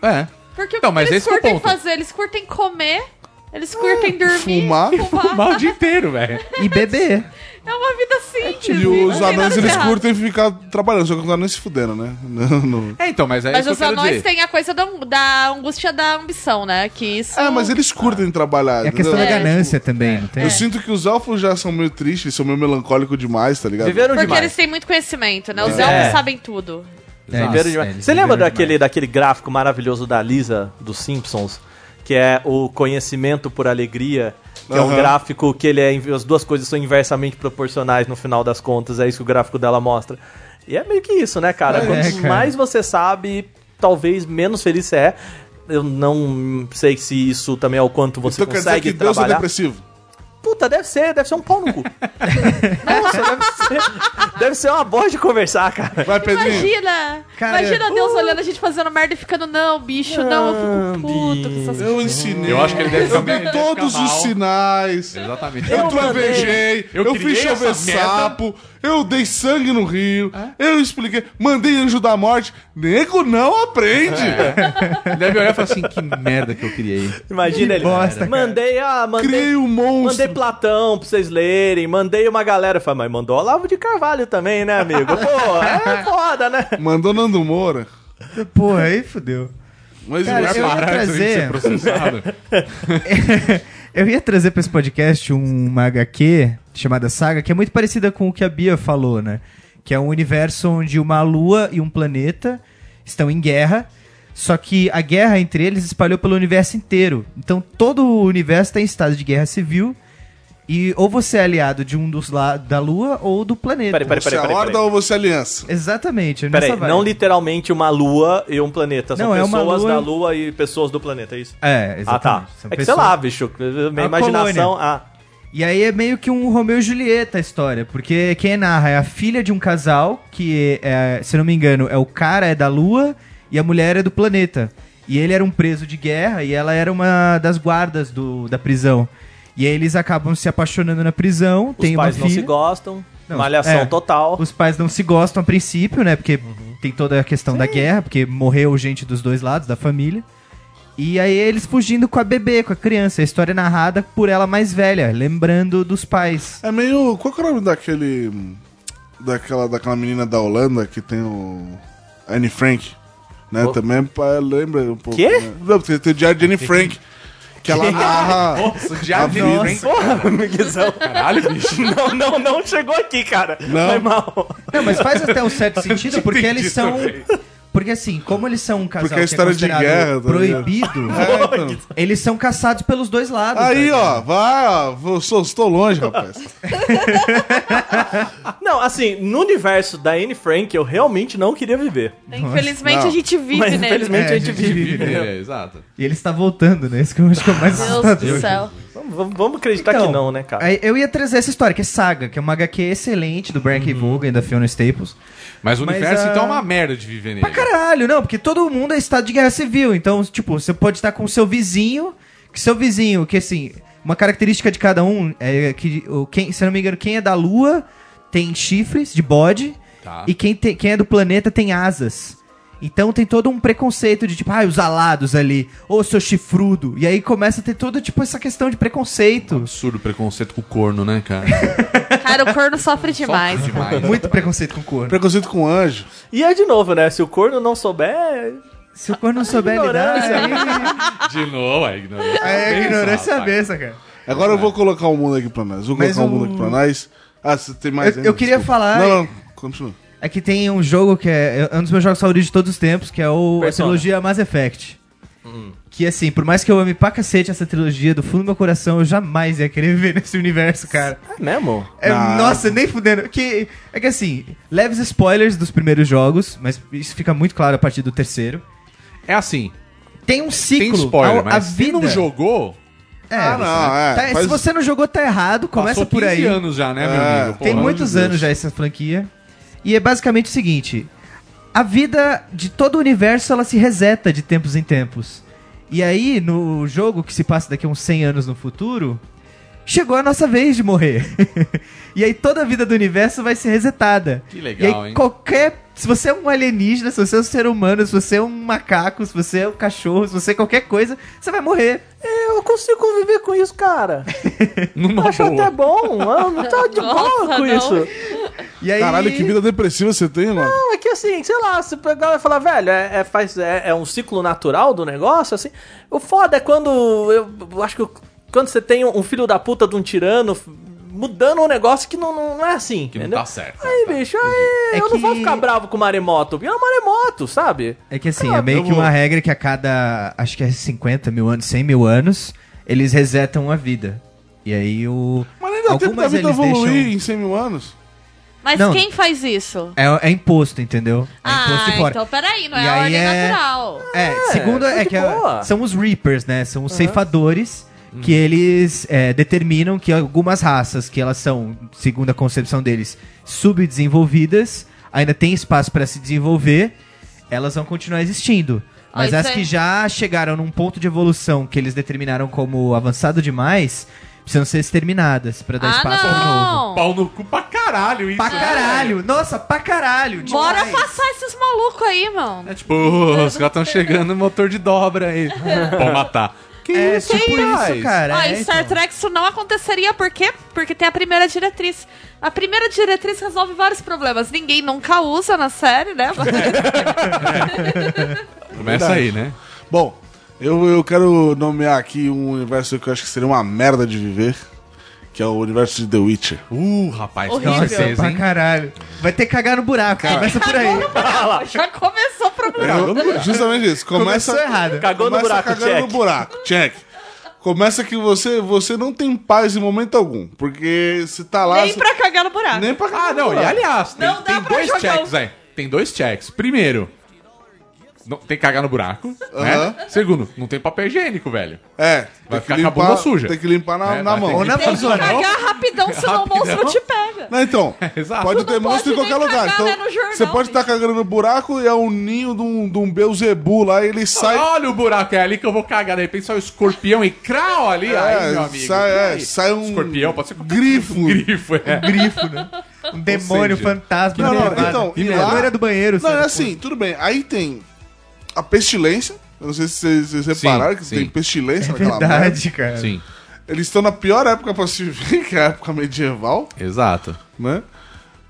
F: É.
H: Porque o
F: Não,
H: que
F: mas
H: eles
F: esse que é o
H: curtem
F: ponto.
H: fazer? Eles curtem comer, eles curtem dormir,
E: Ah. fumar.
F: Fumar o dia inteiro, velho.
I: E bebê.
H: É uma vida simples.
E: E
H: não
E: os
H: tem nada
E: anões,
H: de
E: eles
H: errado.
E: curtem ficar trabalhando, só que os anões se fuderam, né? Não, não.
F: É, então, mas é
H: Mas
F: isso
H: os
F: que eu quero
H: anões
F: dizer.
H: têm a coisa da, da angústia da ambição, né? Que isso.
E: É, mas eles curtem trabalhar.
I: É a questão da
E: entendeu?
I: ganância também, não tem?
E: Eu sinto que os elfos já são meio tristes, são meio melancólicos demais, tá ligado?
G: Viveram
H: Porque
G: demais.
H: eles têm muito conhecimento, né? Os
G: É.
H: elfos sabem tudo.
I: É, eles-
G: Viveram
I: é,
G: demais.
I: eles
G: Você lembra
I: viveram
G: daquele, daquele gráfico maravilhoso da Lisa dos Simpsons? Que é o conhecimento por alegria. Que é um
E: Aham.
G: gráfico que ele é. inv- As duas coisas são inversamente proporcionais no final das contas. É isso que o gráfico dela mostra. E é meio que isso, né, cara?
I: É,
G: Quanto
I: cara.
G: mais você sabe, talvez menos feliz você é. Eu não sei se isso também é o quanto você
E: então quer dizer
G: consegue
E: que Deus é
G: trabalhar.
E: depressivo?
G: Puta, deve ser, deve ser um pau no cu. Nossa, deve ser, deve ser uma boa de conversar, cara.
E: Vai, Pedrinho.
H: Imagina!
I: Cara,
H: imagina Deus olhando a gente fazendo merda e ficando, não, bicho, não, eu fico puto com essas coisas.
E: Eu ensinei.
F: Eu acho que ele deve
E: Eu
F: ficar- ele
E: dei
F: deve
E: todos
F: ficar
E: os
F: mal.
E: sinais.
F: Exatamente.
E: Eu
G: Eu
E: travejei, eu,
F: Eu
E: fiz
F: criei
E: chover
F: essa merda. É?
E: sapo, eu dei sangue no rio, eu expliquei, mandei anjo da morte. Nego não aprende.
F: É. Ele deve olhar e falar assim, que merda que eu criei.
G: Imagina
I: Que
G: ele.
I: bosta, cara.
G: mandei a. Mandei,
E: Criei um monstro.
G: Mandei Platão pra vocês lerem, mandei uma galera. Falei, mas mandou Olavo de Carvalho também, né, amigo? Pô, é foda, né?
E: Mandou Nando Moura.
I: Porra, aí fudeu.
E: Mas é
I: Cara,
E: o-
I: eu ia
F: Parar de
I: trazer...
F: ser processado.
I: Eu ia trazer pra esse podcast um, uma HQ chamada Saga, que é muito parecida com o que a Bia falou, né? Que é um universo onde uma lua e um planeta estão em guerra, só que a guerra entre eles se espalhou pelo universo inteiro. Então todo o universo está em estado de guerra civil e ou você é aliado de um dos la da lua ou do planeta.
G: Peraí, peraí,
E: você é
G: peraí,
E: a
G: peraí.
E: horda
G: peraí.
E: ou você é aliança?
I: Exatamente. é nessa
G: Peraí,
I: vibe.
G: não literalmente uma lua e um planeta. São
I: Não, é uma
G: pessoas
I: lua-
G: da lua e pessoas do planeta, é isso?
I: É,
G: Ah, tá.
I: exatamente. São
G: É que sei
I: pessoas-
G: lá, bicho. Minha
I: A
G: imaginação.
I: colônia.
G: Ah,
I: E aí é meio que um Romeu e Julieta a história, porque quem narra é a filha de um casal, que, é, se não me engano, é o cara é da lua e a mulher é do planeta. E ele era um preso de guerra e ela era uma das guardas do, da prisão. E aí eles acabam se apaixonando na prisão,
G: os
I: tem uma
G: pais não se
I: filha.
G: gostam.
I: Não,
G: malhação
I: é.
G: total.
I: Os pais não se gostam a princípio, né? Porque
G: Uhum.
I: tem toda a questão da guerra, porque morreu gente dos dois lados, da família. E aí eles fugindo com a bebê, com a criança. A história é narrada por ela mais velha, lembrando dos pais.
E: É meio. Qual que é o nome daquele. Daquela, daquela menina da Holanda que tem o. Anne Frank. Né?
G: Oh.
E: Também pá, lembra um pouco.
G: Quê?
E: né? Não, porque tem o Diário de Anne Frank. Que ela narra.
F: Nossa, o
E: a
F: diabo de
E: vida.
F: hein?
G: Porra, amiguizão.
F: Caralho, bicho.
G: Não, não, não chegou aqui, cara.
E: Não. É,
G: Foi mal.
I: Não, mas faz até um certo sentido, porque eles são. Porque assim, como eles são um casal
E: Porque
I: que
E: é história de
I: considerado
E: guerra, tá ligado?
I: proibido,
E: É, então.
I: eles são caçados pelos dois lados. tá
E: Aí,
I: ligado?
E: ó, vai, ó, vou- sou, estou longe, rapaz.
G: Não, assim, no universo da Anne Frank, eu realmente não queria viver.
H: Infelizmente
E: Não.
H: a gente vive
G: Mas
H: nele.
G: infelizmente
I: É,
G: a gente vive. entendeu?
F: É, exato.
I: E ele está voltando, né? Isso que eu acho que é o mais
H: Deus do
I: assustador.
H: céu.
G: Vamos, vamos- vamos acreditar
I: Então,
G: que não, né, cara?
I: Aí Eu ia trazer essa história, que é Saga, que é uma HQ excelente do Brian K.
G: Uhum.
I: Vaughan e da Fiona Staples.
F: Mas o
I: Mas,
F: universo,
I: ah,
F: então, é uma merda de viver nele. É um
I: Pra caralho, não, porque todo mundo é estado de guerra civil. Então, tipo, você pode estar com o seu vizinho, que seu vizinho, que assim, uma característica de cada um é que, o, quem, se eu não me engano, quem é da lua tem chifres de bode
F: Tá.
I: e quem, tem- quem é do planeta tem asas. Então tem todo um preconceito de tipo, ai, os alados ali, ou seu chifrudo. E aí começa a ter toda, tipo, essa questão de preconceito.
F: Absurdo preconceito com o corno, né, cara?
H: Cara, o corno sofre demais.
F: Sofre demais.
I: Muito preconceito com corno.
E: Preconceito com anjo.
G: E é de novo, né? Se o corno não souber. é
I: Se o corno não souber lidar,
G: Ignorância.
F: De novo, a ignorância.
I: aí, aí a ignorância é a benção, cara.
E: Agora eu vou colocar o mundo aqui pra nós. Vou
I: Mas
E: colocar o
I: o-
E: mundo aqui pra nós. Ah, você tem mais
I: Eu- eu queria falar-
E: Não, não, continua.
I: É que tem um jogo que é, é um dos meus jogos favoritos de todos os tempos, que é o, a
G: Persona.
I: trilogia Mass Effect.
F: Hum.
I: Que assim, por mais que eu ame pra cacete essa trilogia, do fundo do meu coração, eu jamais ia querer viver nesse universo, cara.
G: É mesmo?
I: É,
E: Ah.
I: Nossa, nem fudendo. Que, é que assim, leves spoilers dos primeiros jogos, mas isso fica muito claro a partir do terceiro.
F: É assim,
I: Tem um
F: tem
I: ciclo.
F: spoiler,
I: a,
F: mas
I: a
F: se
I: vida.
F: não jogou,
I: É,
E: ah, não, é.
I: tá-
E: faz-
I: Se você não jogou, tá errado. Começa
F: passou
I: por
F: 15
I: aí.
F: anos já, né, meu
E: É.
F: amigo? Pô,
I: Tem
F: pelo amor
I: muitos
F: de Deus.
I: anos já essa franquia. E é basicamente o seguinte: a vida de todo o universo ela se reseta de tempos em tempos. E aí, no jogo que se passa daqui a uns 100 anos no futuro, chegou a nossa vez de morrer. e aí toda a vida do universo vai ser resetada.
F: Que legal,
I: e aí,
F: hein?
I: qualquer. Se você é um alienígena, se você é um ser humano, se você é um macaco, se você é um cachorro, se você é qualquer coisa, você vai morrer.
G: É, Eu consigo conviver com isso, cara.
F: Numa
G: Acho
F: boa.
G: até bom. Eu não tô de boa
H: Nossa,
G: com
H: não.
G: isso.
I: E aí,
E: Caralho, que vida depressiva você tem, mano.
G: Não, é que assim, sei lá, se pegar e falar, velho, é, é faz, é, é um ciclo natural do negócio, assim. O foda é quando. Eu, eu acho que eu- quando você tem um filho da puta de um tirano f- mudando um negócio que não, não, não é assim.
F: Que não
G: entendeu?
F: tá certo.
G: Aí, bicho, aí
I: É
G: eu não vou
I: que-
G: ficar bravo com o maremoto, porque é um maremoto, sabe?
I: É que
E: Ah,
I: assim, é meio que uma regra que a cada, acho que é 50 mil anos, 100 mil anos, eles resetam a vida. E aí o...
E: Mas nem dá tempo da vida
I: eles
E: evoluir
I: deixam-
E: em 100 mil anos.
H: Mas
I: Não.
H: quem faz isso?
I: É, é imposto, entendeu? É
H: Ah,
I: imposto de fora.
H: então peraí, não é
I: E
H: a
I: aí
H: ordem
I: é-
H: natural.
I: É, segundo
G: tá
I: é
G: de
I: que a-
G: boa.
I: são os Reapers, né? São os ceifadores que eles é, determinam que algumas raças que elas são, segundo a concepção deles, subdesenvolvidas, ainda tem espaço pra se desenvolver, elas vão continuar existindo.
H: Ah,
I: Mas
H: isso
I: as
H: aí.
I: que já chegaram num ponto de evolução que eles determinaram como avançado demais, precisam ser exterminadas pra dar
H: Ah,
I: espaço pro novo.
H: não.
F: Pau no cu pra caralho isso. né?
I: Pra caralho! Nossa, pra caralho!
H: Bora
I: demais.
H: passar esses malucos aí, mano.
F: É tipo, "Ô, os caras estão chegando, motor de dobra aí. Pode matar. um Que
I: É tipo
F: rapaz?
I: isso, cara.
H: Ó,
I: é,
H: em Star
I: então.
H: Trek Ah, isso não aconteceria, por quê? Porque tem a primeira diretriz. A primeira diretriz resolve vários problemas. Ninguém nunca usa na série, né?
F: Começa aí, né?
E: Bom, eu, eu quero nomear aqui um universo que eu acho que seria uma merda de viver, que é o universo de The Witcher.
F: Uh, rapaz,
H: Horrível.
F: que vocês,
I: pra
F: hein?
I: caralho. Vai ter que cagar no buraco. Começa por aí.
H: Já começou o problema.
E: Eu- justamente isso. Começa,
I: Começou errado.
G: Cagou no
E: começa
G: buraco,
E: cagando
G: check.
E: no buraco, check. Começa que você, você não tem paz em momento algum, porque você tá lá...
H: Nem
E: você-
H: pra cagar no buraco.
E: Nem pra
F: Ah,
E: cagar no
F: não, e
E: buraco.
F: aliás, tem,
H: Não dá
F: tem
H: pra
F: dois
H: jogar
F: checks
H: o-
F: aí. Tem dois checks. Primeiro, não, tem que cagar no buraco, né?
E: Aham.
F: Segundo, não tem papel higiênico, velho.
E: É, tem
F: Vai
E: que
F: ficar com a bunda suja.
E: Tem que limpar na,
F: É,
E: na
F: vai ter
E: mão.
F: que
E: Ou na-
F: limpar.
H: Tem que
F: Não,
H: cagar rapidão, senão o monstro te pega.
E: Não, então,
F: Exato.
E: pode
F: Tu
E: ter
H: não
E: monstro em
H: pode
E: qualquer
H: nem
E: lugar.
H: cagar,
E: Então,
H: né, no jornal,
E: você pode estar cagando no buraco e é um ninho de um, de um Beuzebu lá e ele sai.
F: Olha o buraco, é ali que eu vou cagar. De repente sai o escorpião e crau ali. aí, meu amigo.
E: É, sai,
F: e
E: é,
F: aí?
E: sai um
F: Escorpião, pode ser qualquer
E: grifo.
F: coisa. Grifo, é.
I: grifo, né? Um demônio
F: seja,
I: fantasma.
E: Não, não,
I: elevado.
E: então,
I: Que
E: e
I: merda.
E: lá-
I: Loira do banheiro.
E: Não,
I: sabe?
E: é assim, tudo bem. Aí tem a pestilência. Eu não sei se vocês vocês
F: Sim,
E: repararam que
F: sim. É
E: tem pestilência naquela merda.
I: Verdade, cara.
F: Sim,
E: Eles estão na pior época pra se ver, que é a época medieval,
F: exato.
E: né?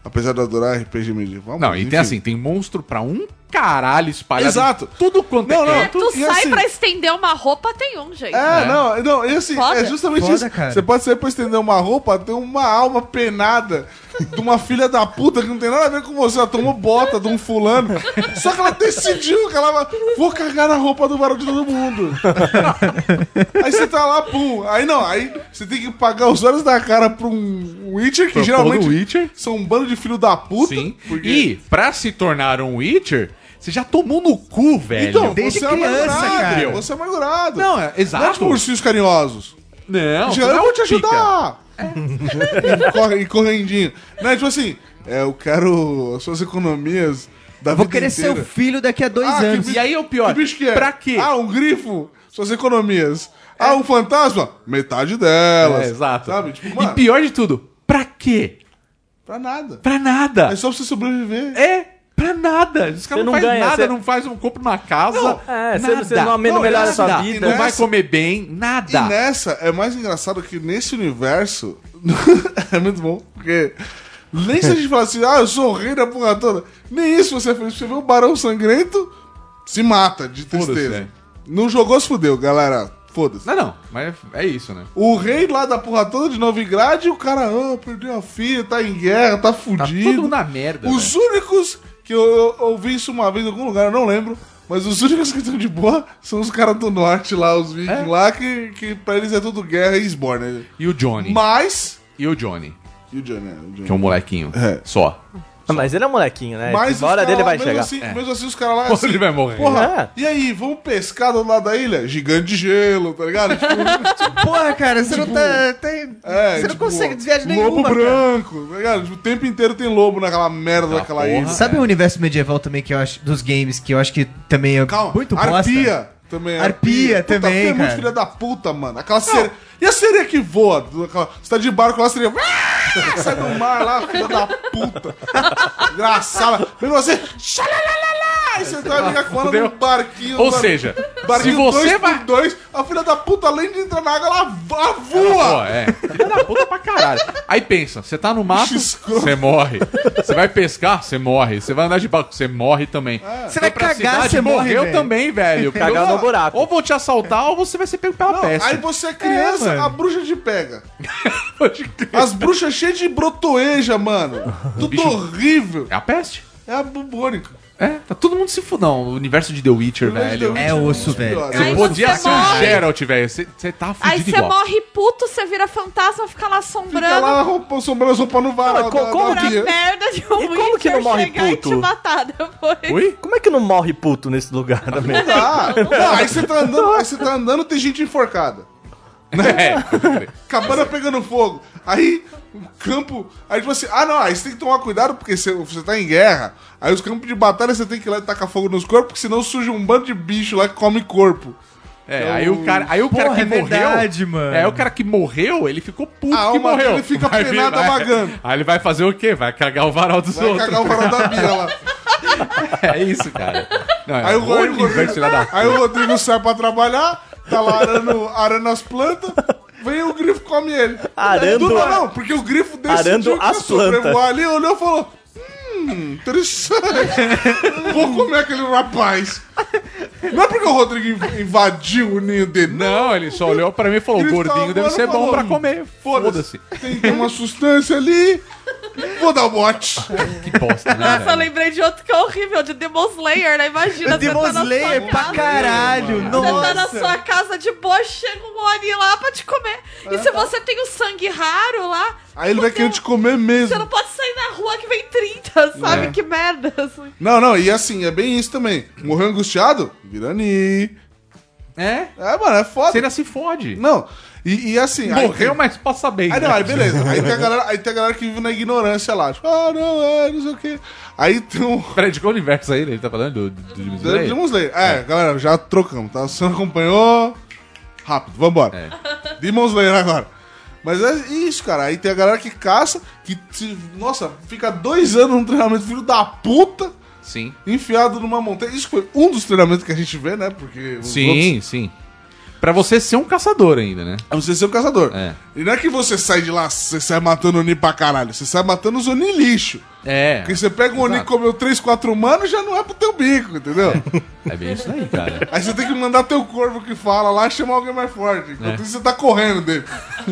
E: Apesar de eu adorar RPG medieval.
F: Não,
E: mas
F: e
E: enfim.
F: tem assim, tem monstro pra um caralho espalhado.
E: Exato.
F: em Tudo quanto
E: Não,
F: é
E: não,
F: canto.
H: É, tu
E: e
H: sai
E: assim-
H: pra estender uma roupa, tem um, gente.
E: É, não, não, e assim,
H: Foda.
E: é justamente
I: Foda,
E: isso.
I: cara.
E: Você pode sair pra estender uma roupa, ter uma alma penada de uma filha da puta que não tem nada a ver com você. Ela tomou bota de um fulano. Só que ela decidiu que ela vai. Vou cagar na roupa do barulho de todo mundo. aí você tá lá, pum. Aí não, aí você tem que pagar os olhos da cara pra um Witcher, que
F: Pra
E: geralmente
F: todo Witcher.
E: são um bando de filho da puta.
F: Sim.
E: porque-
F: E pra se tornar um Witcher, você já tomou no cu, velho.
E: Então,
I: Desde
E: você é
I: criança,
E: amargurado.
F: cara.
E: Você é amargurado.
F: Não, é- exato.
E: Não é tipo é ursinhos carinhosos.
F: não, é um
E: Jean, eu vou te
F: fica.
E: ajudar!
F: É.
E: e, corre, e correndinho. Não, é tipo assim, é, eu quero as suas economias da
I: Vou
E: vida
I: querer
E: inteira.
I: ser o filho daqui a dois
E: Ah, que
I: anos.
E: bi-
F: E aí é o pior.
E: Que bicho que é?
F: Pra quê?
E: Ah, um grifo, suas economias. Ah, um fantasma, metade delas.
F: É, exato.
E: Sabe? Tipo,
F: e
E: mano,
F: pior de tudo, pra quê?
E: pra nada.
F: Pra nada.
E: É só pra você sobreviver.
F: É, pra nada. Os caras
G: Você
F: não,
G: não
F: faz
G: ganha,
F: nada,
G: você-
F: não faz um compra uma casa.
G: Não, é, você- você não amen-
F: Não,
G: melhora
F: nada.
G: a sua
F: E
G: vida.
F: Não vai
E: Nessa-
F: comer bem, nada.
E: E nessa, é mais engraçado que nesse universo. é muito bom, porque. Nem se a gente falar assim, ah, eu sou o rei da porra toda. Nem isso você fez. Você vê o Barão Sangrento, se mata de
F: Foda-se,
E: tristeza.
F: é.
E: Não jogou, se fudeu, galera. Foda-se.
F: Não, não, mas é isso, né?
E: O rei lá da porra toda de Novigrad, o cara, ah, perdeu a filha, tá em guerra, tá fudido.
F: Tá todo mundo na merda.
E: Os únicos que eu, eu ouvi isso uma vez em algum lugar, eu não lembro. Mas os únicos que estão de boa são os caras do norte lá, os vikings
F: É?
E: lá, que, que pra eles é tudo guerra e esbor, né?
F: E o Johnny.
E: Mas.
F: E o Johnny,
E: E o Johnny, né? O Johnny.
F: que é um molequinho.
E: É.
F: Só.
G: Mas ele é molequinho, né?
E: Mas os
G: a hora
E: caras
G: dele
E: lá,
G: vai
E: mesmo
G: chegar.
E: Assim, Mesmo assim, os caras lá.
F: Ou
E: Assim,
F: ele vai morrer.
E: porra,
G: É.
E: e aí, vamos pescar do lado da ilha? Gigante de gelo, tá ligado? Tipo,
I: Porra, cara, você não tá. tem-
E: é,
I: você não
E: tipo,
I: consegue desviar de
E: Lobo
I: nenhuma. cara.
E: branco, tá ligado? Tipo, o tempo inteiro tem lobo naquela merda
F: Ah,
E: daquela
F: porra.
E: ilha.
I: Sabe um universo medieval também que eu acho. Dos games que eu acho que também é
E: Calma,
I: muito bosta?
E: Arpia também. né?
I: Arpia
E: Puta,
I: também,
E: Arpia é muito
I: cara.
E: filha da puta, mano. Aquela sereia. E a sereia que voa? Do- aquela- Você tá de barco lá, a sereia. Ah, Sai do mar lá, filha da puta. Engraçada. Vem você. xalalalala, Aí você vai brigar com ela num
F: Fudeu.
E: barquinho.
F: Ou
E: mano.
F: seja, se
E: barquinho dois
F: você
E: por
F: vai.
E: dois, a filha da puta, além de entrar na água, ela va-
F: Pô,
E: voa.
F: é. Filha da puta pra caralho. Aí pensa, você tá no mato,
E: Bicho escroto.
F: você morre. Você vai pescar, você morre. Você vai andar de barco, você morre também.
E: É.
I: Você vai
F: Pra
I: cagar,
F: cidade,
I: você morre.
F: morreu
I: velho.
F: também, velho. Porque
G: Cagar
F: ou-
G: no buraco.
F: Ou vou te assaltar ou você vai ser pego pela
E: Não,
F: peste.
E: aí você é criança,
I: É, mano.
E: a bruxa te pega. As bruxas cheias de brotoeja, mano. Tudo
F: bicho-
E: horrível.
F: É a peste.
E: É a bubônica.
F: É, tá todo mundo se fudão. O universo de The Witcher, velho.
I: É osso, velho.
F: Você
H: Aí
F: podia
H: você
F: ser o
H: morre.
F: Geralt, velho. Você você tá
H: Aí
F: fudido
H: você
F: igual.
H: morre puto, você vira fantasma, fica lá assombrando.
E: Fica lá roupa- sombrando as roupas no varal
G: Não, co-
E: da-
G: como
E: da
H: pra
E: pia.
H: merda de um
G: E como que
H: Witcher
G: não morre
H: chegar
G: puto?
H: e te matar depois.
F: Ui?
G: Como é que não morre puto nesse lugar também?
E: Ah, não, aí você tá andando, aí você tá andando, tem gente enforcada.
F: É.
E: Cabana pegando fogo. Aí o campo. Aí tipo assim, ah não, aí você tem que tomar cuidado porque você, você tá em guerra. Aí os campos de batalha você tem que ir lá e tacar fogo nos corpos, porque senão surge um bando de bicho lá que come corpo. Então,
F: É, aí o cara, aí o cara
I: Porra,
F: que
I: é
F: morreu.
I: verdade, mano.
F: É, o cara que morreu, ele ficou puto
E: A
F: que
E: alma
F: morreu.
E: dele fica
F: Vai vir-
E: penada
F: vai-
E: vagando.
F: Aí ele vai fazer o quê? Vai cagar o varal dos
E: Vai
F: outros.
E: cagar o varal da Bia lá.
F: É isso, cara. Não, é
E: Aí o, aí, o
F: universo
E: Rodrigo,
F: filha da
E: aí o Rodrigo sai pra trabalhar, tá lá arando, arando as plantas, vem o grifo e come ele.
G: Arando
E: Tudo
G: a-
E: não, porque o grifo
G: Arando
E: decidiu que
G: as
E: ia sobrevoar
G: plantas.
E: ali, olhou e falou. Hum, interessante. Vou comer aquele rapaz. Não é porque o Rodrigo inv- invadiu o ninho dele, não.
F: Não, ele só olhou pra mim e falou:
E: Ele
F: gordinho
E: tava
F: deve
E: agora
F: ser bom
E: falando,
F: pra comer.
E: Foda-se.
F: Foda-se.
E: Tem, tem uma substância ali. Vou dar o bote.
F: Que bosta, né?
H: Nossa, eu
F: velho?
H: lembrei de outro que é horrível, de Demon Slayer, né? Imagina, você
I: Demon
H: tá na
I: Slayer
H: sua
I: pra
H: casa,
I: caralho.
H: Você tá na
I: Nossa.
H: sua casa de boa, chega um Oni lá pra te comer. E se você tem o sangue raro lá,
E: Aí ele vai querer te comer mesmo.
H: você não pode sair na rua que vem 30, sabe?
F: É.
H: Que merda. assim.
E: Não, não, e assim, é bem isso também. Morreu angustiado? Virani.
F: É?
E: É, mano, é foda.
F: Você ainda se fode.
E: Não, e, e assim. aí
F: Morreu,
E: tem-
F: mas passa bem.
E: Aí,
F: né?
E: não, aí beleza. Aí tem, a galera, aí tem a galera que vive na ignorância lá. Tipo, ah, não, é, não sei o quê. Aí tem um.
F: Peraí, de qual universo aí ele tá falando? Do, do, do, do-
E: Demon Slayer. É, galera, já trocamos, tá? Você não acompanhou. Rápido, vambora. Demon Slayer agora. Mas é isso, cara. Aí tem a galera que caça, que, se- nossa, fica dois anos num treinamento, filho da puta,
F: Sim.
E: enfiado numa montanha. Isso foi um dos treinamentos que a gente vê, né? Porque os outros
F: Sim, sim. Pra você ser um caçador ainda, né?
E: É você ser um caçador.
F: É.
E: E não é que você sai de lá, você sai matando Oni pra caralho. Você sai matando os Oni lixo.
F: É.
E: Porque você pega um Oni que
F: Exato.
E: comeu 3, 4 humanos, já não é pro teu bico, entendeu?
F: É bem isso aí, cara.
E: Aí você tem que mandar teu corvo que fala lá chamar alguém mais
F: É.
E: forte. Enquanto isso você tá correndo dele.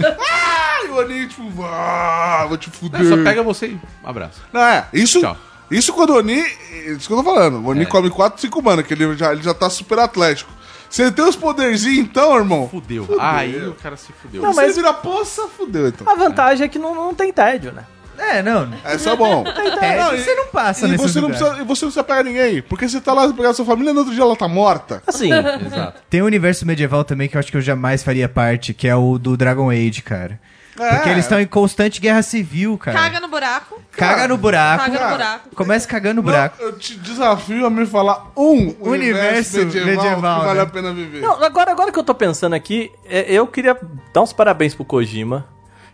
E: ah, e o Oni, tipo, ah, vou te fuder.
F: Não, só pega você e abraça.
E: Não, é, isso.
F: Tchau.
E: Isso quando o Oni. Isso que eu tô falando. O Oni
F: É.
E: come 4, 5 mana, que ele já, ele já tá super atlético. Se ele tem os poderzinhos, então, irmão.
F: Fudeu. Aí o cara se fudeu.
G: Não,
E: Não,
G: mas-
E: mas vira poça, fudeu, então.
G: A vantagem é que não, não tem tédio, né?
I: É, não.
E: É só bom.
I: É,
E: Não, e-
I: você não passa
E: E
I: nesse
E: você não, precisa, e você não precisa pegar ninguém, porque você tá lá pegar sua família no outro dia ela tá morta.
G: Assim,
F: Exato.
I: Tem um universo medieval também que eu acho que eu jamais faria parte, que é o do Dragon Age, cara. Porque
E: É.
I: eles estão em constante guerra civil, cara.
H: Caga no buraco.
I: Caga no buraco.
H: Caga no
E: Cara.
H: buraco.
I: Começa cagando no
E: Não,
I: buraco.
E: eu te desafio a me falar um universo, medieval,
I: medieval,
E: que vale
I: né?
E: a pena viver.
G: Não, agora, agora que eu tô pensando aqui, é, eu queria dar uns parabéns pro Kojima,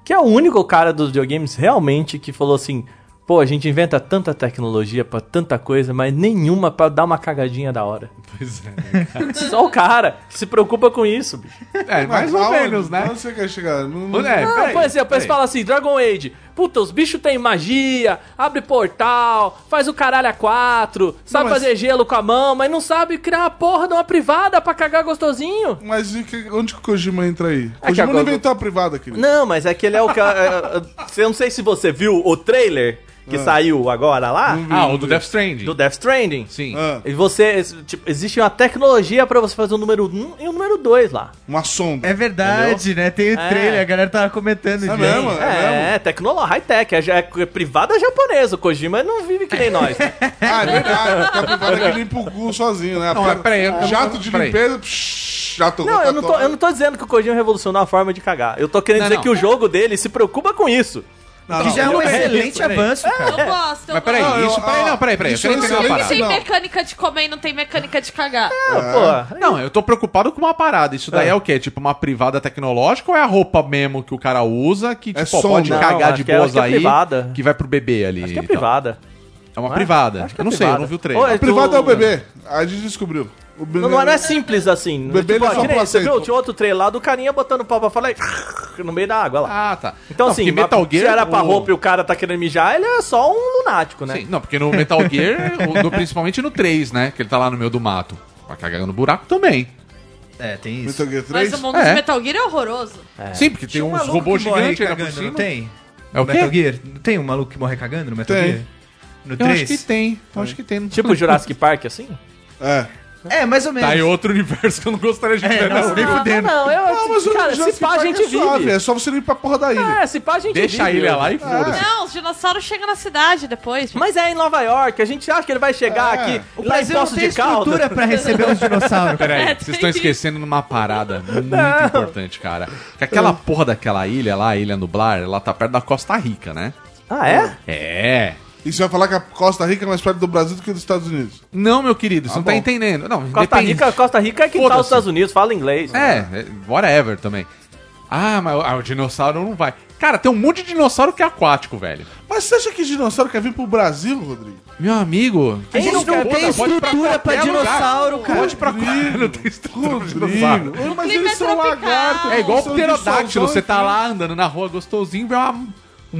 G: que é o único cara dos videogames realmente que falou assim: pô, a gente inventa tanta tecnologia pra tanta coisa, mas nenhuma pra dar uma cagadinha da hora.
F: Pois é.
E: né,
G: Só o cara que se preocupa com isso, bicho.
F: É, mais ou
E: aonde?
F: menos, né?
E: Onde você quer chegar? Não- não-
F: Não, é,
G: Não,
F: peraí,
G: Ah, por exemplo, eles
F: peraí.
G: falam assim: Dragon Age, puta, os bichos têm magia, abre portal, faz o caralho a quatro, sabe
E: mas-
G: fazer gelo com a mão, mas não sabe criar a porra de uma privada pra cagar gostosinho.
E: Mas e que- onde que o Kojima entra aí?
G: É que
E: Kojima
G: agora-
E: não inventou a privada, né? querido.
G: Não, mas é que ele é o cara. Eu não sei se você viu o trailer que
E: Ah.
G: saiu agora lá
F: Ah, o do Death Stranding.
G: do Death Stranding.
F: Sim.
E: Ah,
G: E você, tipo, existe uma tecnologia pra você fazer o número 1 e o número 2 lá.
E: uma sonda.
I: É verdade, né? Tem o
G: É.
I: trailer, a galera tava comentando disso.
E: mesmo? É
G: É, é tecnologia, high-tech, é, ja- é privada japonesa. O Kojima não vive que nem nós. né?
E: Ah, é verdade. Porque a privada que limpa o cu sozinho, né?
F: Não, mas peraí, eu-
E: jato de
F: peraí.
E: limpeza, psh, jato
G: não, eu não, tô, eu não tô dizendo que o Kojima revolucionou a forma de cagar. Eu tô querendo
F: Não,
G: dizer
F: não.
G: que o jogo dele se preocupa com isso.
I: Que já é um excelente
F: peraí.
I: avanço,
H: Eu
I: cara.
H: gosto. eu
F: Mas peraí,
H: gosto.
E: eu-
F: isso, peraí,
E: ah,
F: não, peraí, peraí. Eu
E: isso
F: quero
E: é
F: entender uma
E: excelente.
F: parada.
H: Tem
E: Não.
H: mecânica de comer e não tem mecânica de cagar.
G: É.
E: Ah.
G: Pô,
F: Não, eu tô preocupado com uma parada. Isso daí é, o quê? Tipo uma privada tecnológica ou é a roupa mesmo que o cara usa que
E: É
F: tipo, ó,
E: som,
F: pode
E: né?
F: cagar
G: Não,
F: de
G: acho que é-
F: boas
G: acho que é
F: aí
G: privada.
F: que vai pro bebê ali?
G: acho que é
F: e tal.
G: privada.
F: É uma
G: Não é?
F: privada.
G: Acho que é
F: eu não sei, eu
G: privada.
F: não vi o
G: Ou
F: trailer.
E: A privada é o
G: Do-
E: bebê. A gente descobriu. O bebê
G: Não, não é- não é simples assim.
E: Bebê
G: tipo,
E: ele
G: ó,
E: só
G: que nem- você
E: placenta.
G: viu? Tinha outro trailer lá do carinha botando pau pra falar e no meio da água lá.
F: Ah, tá.
G: Então,
F: Não,
G: assim,
F: porque Metal Gear, é
G: se era pra
F: o-
G: roupa e o cara tá querendo mijar, ele é só um lunático, né?
F: Sim, não, porque no Metal Gear, o- no- principalmente no 3, né? Que ele tá lá no meio do mato. Vai cagar no buraco também.
I: É, tem isso.
E: Metal Gear
H: Mas
E: 3?
H: o mundo
F: É.
H: de Metal Gear é horroroso.
F: Sim, porque tem
I: um
F: uns
I: maluco
F: robôs
I: que morre
F: gigantes ainda por
I: cagando,
F: cima.
I: Não tem?
F: É o
I: No Metal
F: quê?
I: Gear? Não tem um maluco que morre cagando no Metal
E: Tem.
I: Gear? No
F: Eu acho
I: 3?
F: que tem. Eu acho que tem. Não-
G: Tipo Jurassic Park, assim?
E: É.
I: É, mais ou menos.
F: Tá aí outro universo que eu não gostaria de ver, não.
I: É, não, nem Tá fudendo.
G: não, eu.
E: Ah, mas o
G: cara, se
E: Jurassic
G: pá, a
E: Park
G: gente
E: é suave,
G: vive.
E: É assim. só você ir pra porra da ilha.
G: É, se pá, a gente
F: Deixa a
G: vive.
F: ilha lá e foda-se.
H: Não, os dinossauros chegam na cidade depois. gente.
G: Mas é em Nova York, a gente acha que ele vai chegar
E: É.
G: aqui,
I: O
G: lá em
I: Brasil não
G: Poço
I: tem
G: de Caldas.
I: estrutura pra receber os dinossauros.
F: Peraí,
H: É,
F: vocês
H: tem
F: estão
H: isso.
F: esquecendo de uma parada muito importante, cara. Que aquela porra daquela ilha lá, a Ilha Nublar, ela tá perto da Costa Rica, né?
G: Ah, é?
F: É.
E: E você vai falar que a Costa Rica é mais perto do Brasil do que dos Estados Unidos.
F: Não, meu querido, você não tá
E: bom.
F: entendendo. Não,
G: Costa
F: depende.
G: Rica, Costa Rica é que tá
F: Foda-se.
G: os Estados Unidos, fala inglês. né?
F: É, é, whatever também. Ah, mas o- ah, o dinossauro não vai. Cara, tem um monte de dinossauro que é aquático, velho.
E: Mas você acha que dinossauro quer vir pro Brasil, Rodrigo?
F: Meu amigo. é um
G: Quem não
F: puta,
G: quer-
F: pode ir
I: estrutura pra
F: qualquer lugar.
I: dinossauro, cara.
F: Pode ir pra qualquer- Não tem estrutura pra dinossauro.
E: Rodrigo. Mas
H: clima é
E: eles são
H: tropical.
E: lagartos.
F: É igual o
E: eles são
F: pterodáctilo.
E: dinossauros, né?
F: Você tá lá andando na rua gostosinho, vê uma- um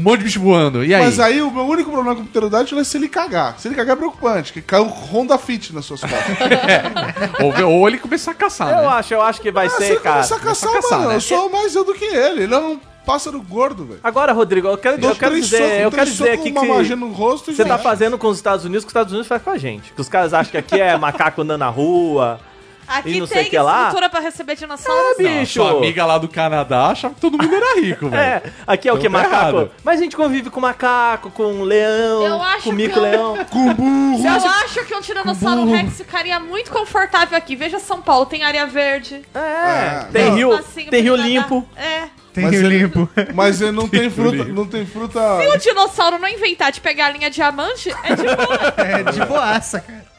F: monte de bicho voando. E aí?
E: Mas aí o meu único problema com o pterodáctilo é se ele cagar. Se ele cagar é preocupante, que caiu Honda Fit nas suas costas. Ah,
F: Ou, vê- ou ele começar a caçar,
G: Eu
F: né?
G: acho, eu acho que vai
E: Ah,
G: ser, cara.
E: começar a caçar,
F: começa a caçar,
E: mano,
F: né?
E: eu sou mais eu do que ele. Ele é um pássaro gordo, velho.
G: Agora, Rodrigo, eu quero, eu
E: Dou
G: quero
E: três socos-
G: dizer, eu quero
E: três
G: dizer
E: socos,
G: aqui que
E: uma magia no rosto e
G: Você
E: já
G: tá
E: era.
G: fazendo com os Estados Unidos o que os Estados Unidos faz com a gente. Que os caras acham que aqui é macaco andando na rua. E
H: Aqui
G: não sei
H: tem
G: que é lá.
H: estrutura pra receber dinossauros.
G: É,
F: A
G: bicho.
F: sua amiga lá do Canadá achava que todo mundo era rico, velho.
G: É, aqui é o
F: Então
G: que?
F: tá
G: Macaco?
F: errado.
G: Mas a gente convive com macaco, com
H: Eu
G: leão,
H: acho
G: com
H: que
G: mico-leão.
E: Com burro.
H: Eu acho que um Tiranossauro Rex ficaria muito confortável aqui. Veja São Paulo, tem área verde.
G: É,
E: Ah,
G: tem
H: um
G: rio, tem
H: espacinho pra
G: rio
H: nadar.
G: limpo.
H: É.
I: Tem
E: Mas
I: o
E: ele-
I: limpo.
E: Mas ele não tem fruta.
F: livre.
E: Não tem fruta.
H: Se o dinossauro não inventar de pegar a linha diamante, é de boa.
I: É de boaça, cara.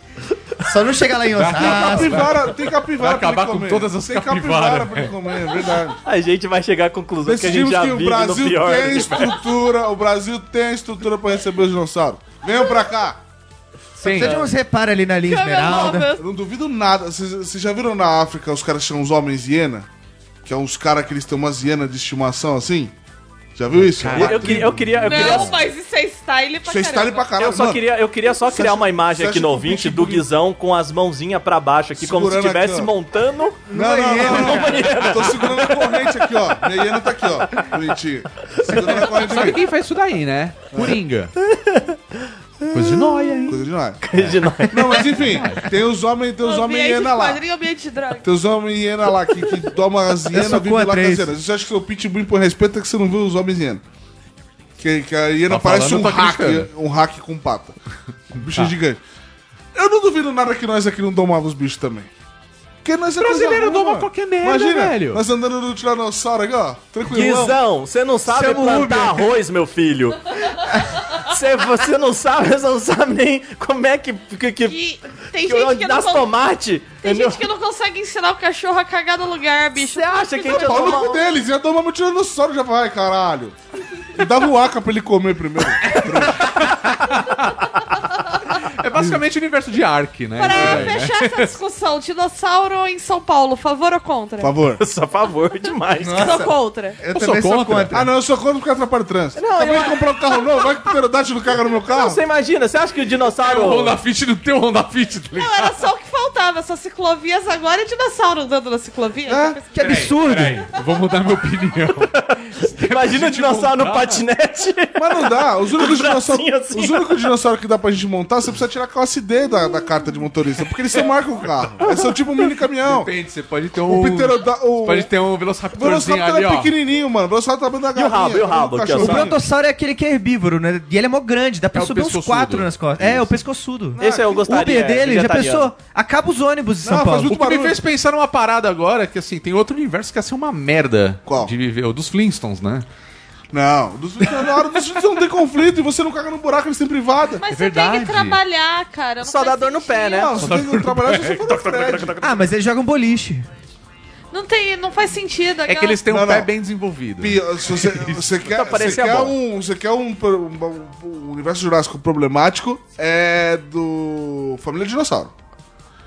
I: Só não chegar lá em Osasco.
E: Capivara, tem capivara
F: Vai acabar
E: pra ele
F: com
E: comer.
F: todas as
E: tem capivara
F: capivaras,
E: pra ele comer, é verdade.
G: A gente vai chegar à conclusão que a gente
E: Decidimos que, é
G: já
E: o
G: vive no
E: Brasil
G: pior. né?
E: tem estrutura, o Brasil tem estrutura pra receber os dinossauros. Venham pra cá.
F: Sim. é
I: Precisa de uns reparos ali na linha
H: Câmera
I: esmeralda.
H: móvel.
E: Eu não duvido nada. Vocês vocês já viram na África os caras chamam os homens hiena? Que é uns caras que eles têm umas hienas de estimação assim. Já viu isso?
G: Eu, eu queria, eu queria, eu queria-
H: Não, mas isso é style pra
E: Você está ali pra
H: caramba.
E: caralho.
G: eu só
E: mano.
G: queria, eu queria só
E: Você
G: criar
E: acha-
G: uma imagem aqui
E: você acha
G: no
E: que o
G: ouvinte
E: Pitbull-
G: do Guizão com as mãozinhas pra baixo aqui, como se
E: Segurando
G: estivesse
E: aqui, ó.
G: montando.
E: Não, não, não, não,
G: é
E: Eu Tô segurando a corrente aqui, ó. Minha hiena tá aqui, ó. Mentira. Segurando a corrente
F: Sabe
E: aqui.
F: quem faz isso daí, né?
I: É.
F: Coringa. Coisa de nóia, hein?
E: Coisa de nada.
G: De nós.
E: Não, mas enfim, tem os homens, tem os homens
H: Ambiente de
E: hiena lá.
H: quadrinho, ambiente de droga.
E: Tem os homens hiena lá que, que toma as hienas
I: sou
E: vive
I: com a
E: lá com
I: três.
E: as hienas. Você acha que seu pitbull por respeito é que você não viu os homens hiena. Que, que a hiena
F: Tá
E: parece
F: falando,
E: um
F: eu tô
E: hack,
F: criticando.
E: um hack com pata. Um bicho
F: Tá.
E: gigante. Eu não duvido nada que nós aqui não domávamos os bichos também. Porque nós é coisa
F: Brasileiro
E: boa,
F: doma
E: mano.
F: qualquer merda,
E: Imagina,
F: velho.
E: nós andando no Tiranossauro aqui, ó, tranquilão.
G: Guizão, você não
E: é
G: sabe
E: um
I: Chama o Uber.
G: plantar arroz, meu filho. Você, você não sabe, você não sabe nem como é que. que, que,
H: E
G: que
H: tem gente que não
G: das
H: con-
G: tomate.
H: Tem
G: entendeu?
H: gente que não consegue ensinar o cachorro a cagar no lugar, bicho.
G: Você acha que a gente um ia
E: Pau no cu
G: tomar...
E: deles, ia tomar meu tiranossauro, já vai, caralho. E dava o aca pra ele comer primeiro.
F: É basicamente o universo de Ark, né? Isso
H: Pra
F: daí, né?
H: fechar essa discussão, dinossauro em São Paulo, favor ou contra?
E: Por favor.
G: Sou a favor demais. cara.
H: Sou contra.
I: Eu,
F: sou contra.
E: Ah, não, eu sou contra porque atrapalha o trânsito. Não, Acabei de comprar um carro novo, vai que o pterodátilo caga no meu carro.
G: Não, Você imagina, você acha que o
E: um
F: O Honda
G: dinossauro.
F: Fit não tem o Honda Fit, tá ligado?
H: Não, era só o que faltava, só ciclovias agora e dinossauro andando na
G: É?
H: ciclovia.
I: que É absurdo!
F: Eu vou mudar minha opinião.
G: Imagina o dinossauro no patinete.
E: Mas não dá. Os únicos dinossauros
G: assim,
E: os
G: ó.
E: únicos dinossauros que dá pra gente montar, você precisa tirar a classe D da, da carta de motorista, porque eles só marcam o carro. Eles são tipo um mini caminhão.
F: Depende, você pode ter
E: O
F: um.
E: pterodátilo. O
F: Pode ter um
E: o
F: Velociraptorzinho
E: Velociraptor
F: ali,
E: é
F: ó.
E: pequenininho, mano. O Velociraptor tá dentro da
G: E o rabo, e
E: garrinha.
G: o
E: tá dentro
G: rabo
E: do
G: aqui, ó,
I: O
E: cachorro.
I: brontossauro é aquele que é herbívoro, né? E ele é mó grande, dá pra
F: É o
I: subir uns
F: pescoçudo.
I: quatro nas costas. É, o pescoçudo.
G: Esse eu
I: O
G: gostaria.
I: Uber dele, já
G: vegetariano.
I: pensou? Acaba os ônibus de São
E: Não, faz
I: Paulo.
E: muito
F: O que me
E: barulho.
F: fez pensar numa parada agora, que assim, tem outro universo que ia ser uma merda
E: Qual?
F: de viver. O dos Flintstones, né?
E: Não, dos, na hora dos vídeos não tem conflito e você não caga no buraco, eles têm privada.
H: Mas
F: É
H: você tem
F: verdade.
H: que trabalhar, cara. não
G: Só
H: faz
G: dá dor no pé,
H: sentido.
G: né?
E: Não, você tem que trabalhar, você for da Fred.
I: Ah, mas eles jogam boliche.
H: Não tem, não faz sentido.
F: É que eles têm um
E: Não,
F: pé
E: não.
F: bem desenvolvido. né?
E: Pia, se você, você quer, você
G: parecia
E: quer
G: bom.
E: um, você quer um, pro- um- um universo jurássico problemático é do Família Dinossauro.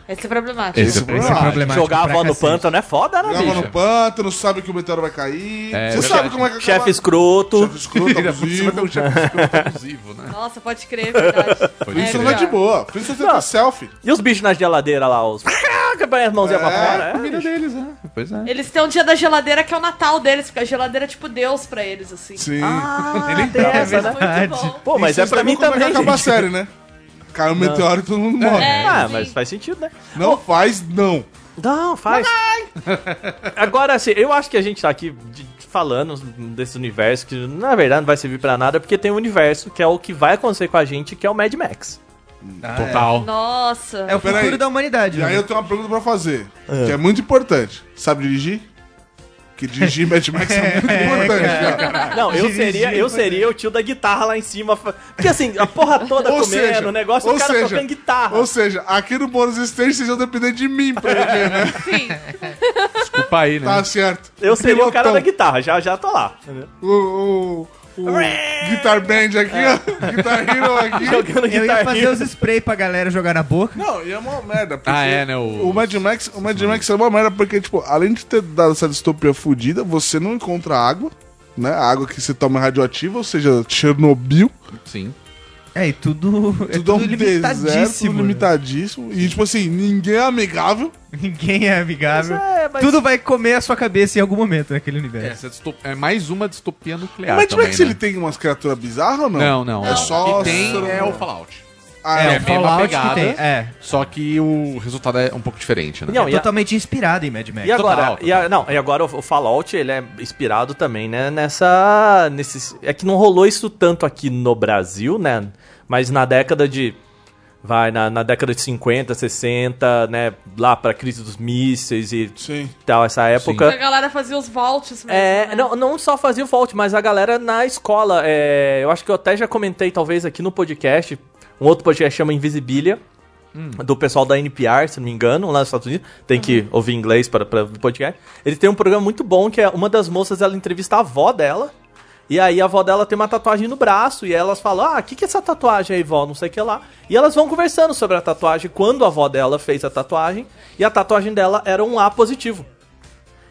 H: Esse é problemático.
F: Esse,
E: Esse
F: é- esse
E: é
F: é
I: problemático
G: Ah, Jogar a
I: pra
G: avó no
I: cacete.
G: pântano é foda, né,
E: Grava no
G: bicho?
E: pântano, sabe que o meteoro vai cair.
F: É,
E: você
F: verdade.
E: sabe como é que
G: Chefe
E: escroto.
G: escroto.
E: Chefe escroto,
F: Ainda por cima tem um
E: abusivo.
F: chefe escroto abusivo, né?
H: Nossa, pode crer, é verdade.
F: Pode
E: Isso
F: crer.
E: não é de boa. Precisa ter
G: Não.
E: selfie.
G: E os bichos na geladeira lá, os. Que põe as mãozinhas pra
E: É,
G: fora. é,
F: Comida
G: bicho.
F: deles, né? Pois é.
H: Eles têm um dia da geladeira que é o Natal deles, porque a geladeira é tipo Deus pra eles, assim.
E: Sim.
G: Ah, tem essa, né?
H: Muito bom.
G: Pô, mas
E: Vocês
G: é pra
E: sabem
G: mim
E: como é que
G: também.
E: acaba a
G: gente.
E: série, né? Cai um meteoro e todo mundo morre.
H: É,
G: Ah,
H: sim.
G: mas faz sentido, né?
E: Não faz, não.
G: Não, faz. Agora, assim, eu acho que a gente tá aqui de- falando desse universo que, na verdade, não vai servir pra nada, porque tem um universo que é o que vai acontecer com a gente, que é o Mad Max.
F: Total.
H: Nossa.
I: É o
E: Peraí.
I: futuro da humanidade.
E: E aí
I: né?
E: eu tenho uma pergunta pra fazer, que é muito importante. Sabe dirigir? Que dirigir Mad Max é muito importante, cara.
G: Não, eu seria, eu seria o tio da guitarra lá em cima. fa- Porque assim, a porra toda
E: Ou
G: comendo,
E: seja,
G: o negócio, o
E: ou
G: cara
E: seja,
G: tocando guitarra.
E: Ou seja, aqui no bônus stage vocês vão depender de mim pra ver, né?
H: Sim.
F: Desculpa aí, né?
E: Tá certo.
G: Eu seria o cara da
E: Pilotão.
G: guitarra, já, já tô lá. entendeu?
E: O, o, o Guitar Band aqui,
F: É.
E: ó. Guitar Hero aqui.
G: Jogando
I: Eu ia
G: guitarra.
I: fazer os spray pra galera jogar na boca.
E: Não, e é uma merda. porque
F: Ah, é, né, o-
E: O Mad Max, o Mad Max é uma merda porque, tipo, além de ter dado essa distopia fodida, você não encontra água, né? A água que você toma é radioativa, ou seja, Chernobyl.
F: Sim.
I: É, e tudo. é
E: Tudo é um deserto
F: né?
I: limitadíssimo. né?
E: limitadíssimo. E, tipo assim, ninguém é amigável.
I: Ninguém é amigável.
G: É, mas-
I: Tudo vai comer a sua cabeça em algum momento naquele
F: É,
I: universo.
F: essa distop- é mais uma distopia nuclear.
E: Mas como é
F: também,
E: que se
F: né?
E: ele tem umas criaturas bizarras ou não?
F: Não, não.
E: É só.
F: O que tem
E: ser humano.
F: é o Fallout.
E: Ah,
F: É,
E: é.
F: a mesma pegada.
I: É.
F: Só que o resultado é um pouco diferente, né?
G: Não, e a-
I: Totalmente inspirado em Mad Max.
G: E agora,
F: Total, total.
G: E a- não, e agora o, o Fallout, ele é inspirado também, né, nessa nesse, é que não rolou isso tanto aqui no Brasil, né? Mas na década de vai na, na década de 50, 60, né, lá pra crise dos mísseis e
E: Sim.
G: tal essa época.
H: A galera fazia os volts mesmo.
G: É,
H: né?
G: não, não só fazia o Vault, mas a galera na escola. é, eu acho que eu até já comentei, talvez, aqui no podcast. Um outro podcast chama Invisibilia. Do pessoal da NPR, se não me engano, lá nos Estados Unidos. Tem que ouvir inglês para para o podcast. Ele tem um programa muito bom que é uma das moças, ela entrevista a avó dela. E aí a avó dela tem uma tatuagem no braço. E elas falam: Ah, o que, que é essa tatuagem aí, vó? Não sei o que lá. E elas vão conversando sobre a tatuagem, quando a avó dela fez a tatuagem. E a tatuagem dela era um A positivo.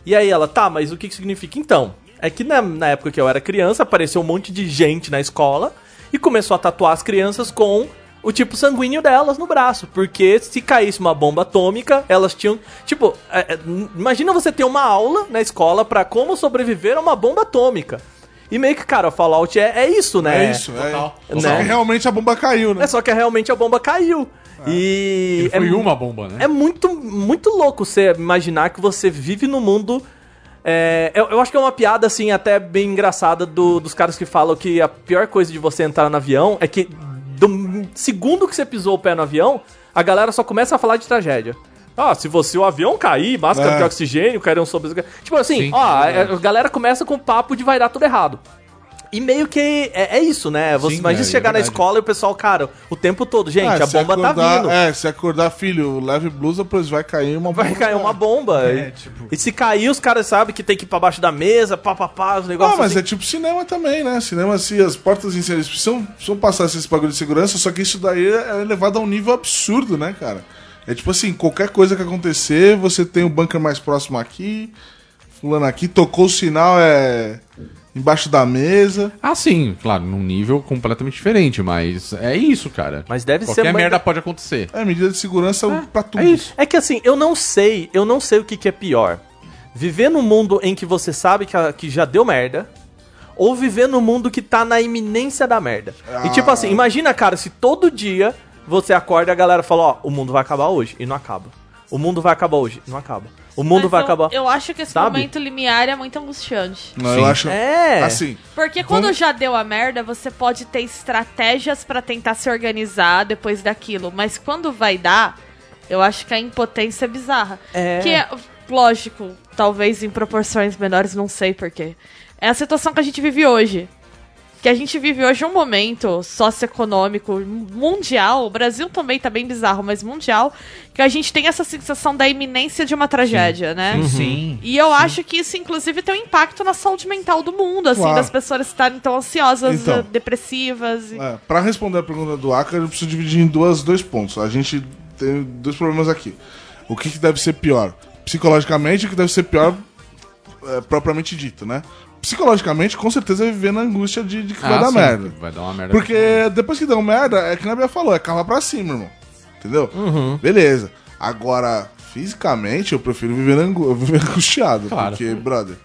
G: E aí ela, tá, mas o que, que significa? Então, é que na, na época que eu era criança, apareceu um monte de gente na escola e começou a tatuar as crianças com o tipo sanguíneo delas no braço. Porque se caísse uma bomba atômica, elas tinham. Tipo, é, é, n- imagina você ter uma aula na escola pra como sobreviver a uma bomba atômica. E meio que, cara, Fallout é, é isso, né?
E: É isso, é.
G: Né?
E: Só que realmente a bomba caiu, né?
G: É só que realmente a bomba caiu. E.
F: Foi
G: é
F: uma bomba, né?
G: é muito, muito louco você imaginar que você vive no mundo. é, eu, eu acho que é uma piada, assim, até bem engraçada do- dos caras que falam que a pior coisa de você entrar no avião é que do segundo que você pisou o pé no avião, a galera só começa a falar de tragédia. Ah, se você o avião cair, máscara
E: É.
G: de oxigênio, cairão sobre. Tipo assim,
F: Sim,
G: ó,
F: é verdade.
G: a galera começa com o papo de vai dar tudo errado. E meio que é, é isso, né? Você
F: Sim,
G: imagina
F: é, é
G: chegar na
F: verdade.
G: escola e o pessoal, cara, o tempo todo, gente,
E: Ah,
G: a
E: se
G: bomba tá
E: acordar-
G: vindo.
E: É, se acordar, filho, leve blusa, pois vai cair uma assim.
G: Vai cair uma bomba.
I: É,
G: E-
I: tipo-
G: E se cair, os caras sabem que tem que ir pra baixo da mesa, pá, pá, pá, os
E: Ah,
G: negócios
E: mas
G: assim.
E: é tipo cinema também, né? Cinema, se as portas incêndios precisam, precisam passar esses bagulho de segurança, só que isso daí é levado a um nível absurdo, né, cara? É tipo assim, qualquer coisa que acontecer, você tem o bunker mais próximo aqui, fulano aqui, tocou o sinal, é embaixo da mesa.
F: Ah, sim, claro, num nível completamente diferente, mas é isso, cara.
G: Mas deve
F: Qualquer
G: ser manga-
F: merda pode acontecer.
E: É, medida de segurança pra tudo.
F: é isso.
G: É que assim, eu não sei, eu não sei o que, que é pior. Viver num mundo em que você sabe que, a- que já deu merda, ou viver num mundo que tá na iminência da merda. E tipo assim, imagina, cara, se todo dia você acorda e a galera fala, ó, o mundo vai acabar hoje, e não acaba. O mundo vai acabar hoje, e não acaba. O mundo
H: Mas
G: vai
H: eu,
G: acabar.
H: Eu acho que esse
G: Sabe?
H: momento limiar é muito angustiante.
E: Não, eu
F: Sim.
E: acho.
G: É.
E: Assim,
H: Porque quando já deu a merda, você pode ter estratégias pra tentar se organizar depois daquilo. Mas quando vai dar, eu acho que a impotência é bizarra.
G: É.
H: Que é, lógico, talvez em proporções menores, não sei porquê. É a situação que a gente vive hoje. Que a gente vive hoje um momento socioeconômico mundial, o Brasil também tá bem bizarro, mas mundial, que a gente tem essa sensação da iminência de uma tragédia, né?
I: Sim.
H: E eu acho que isso, inclusive, tem um impacto na saúde mental do mundo, assim,
E: Claro.
H: das pessoas estarem tão ansiosas,
E: Então.
H: eh, depressivas. e-
E: É, para responder a pergunta do Acker, eu preciso dividir em duas, dois pontos. A gente tem dois problemas aqui. O que, que deve ser pior? Psicologicamente, o que deve ser pior é, propriamente dito, né? Psicologicamente, com certeza, é viver na angústia de, de que vai dar
F: Ah, sim,
E: merda.
F: Vai dar uma merda.
E: Porque depois que deu merda, é que a Bia falou, é cavar pra cima, irmão. Entendeu?
F: Uhum.
E: Beleza. Agora, fisicamente, eu prefiro viver, angu viver angustiado.
F: Claro.
E: Porque, brother,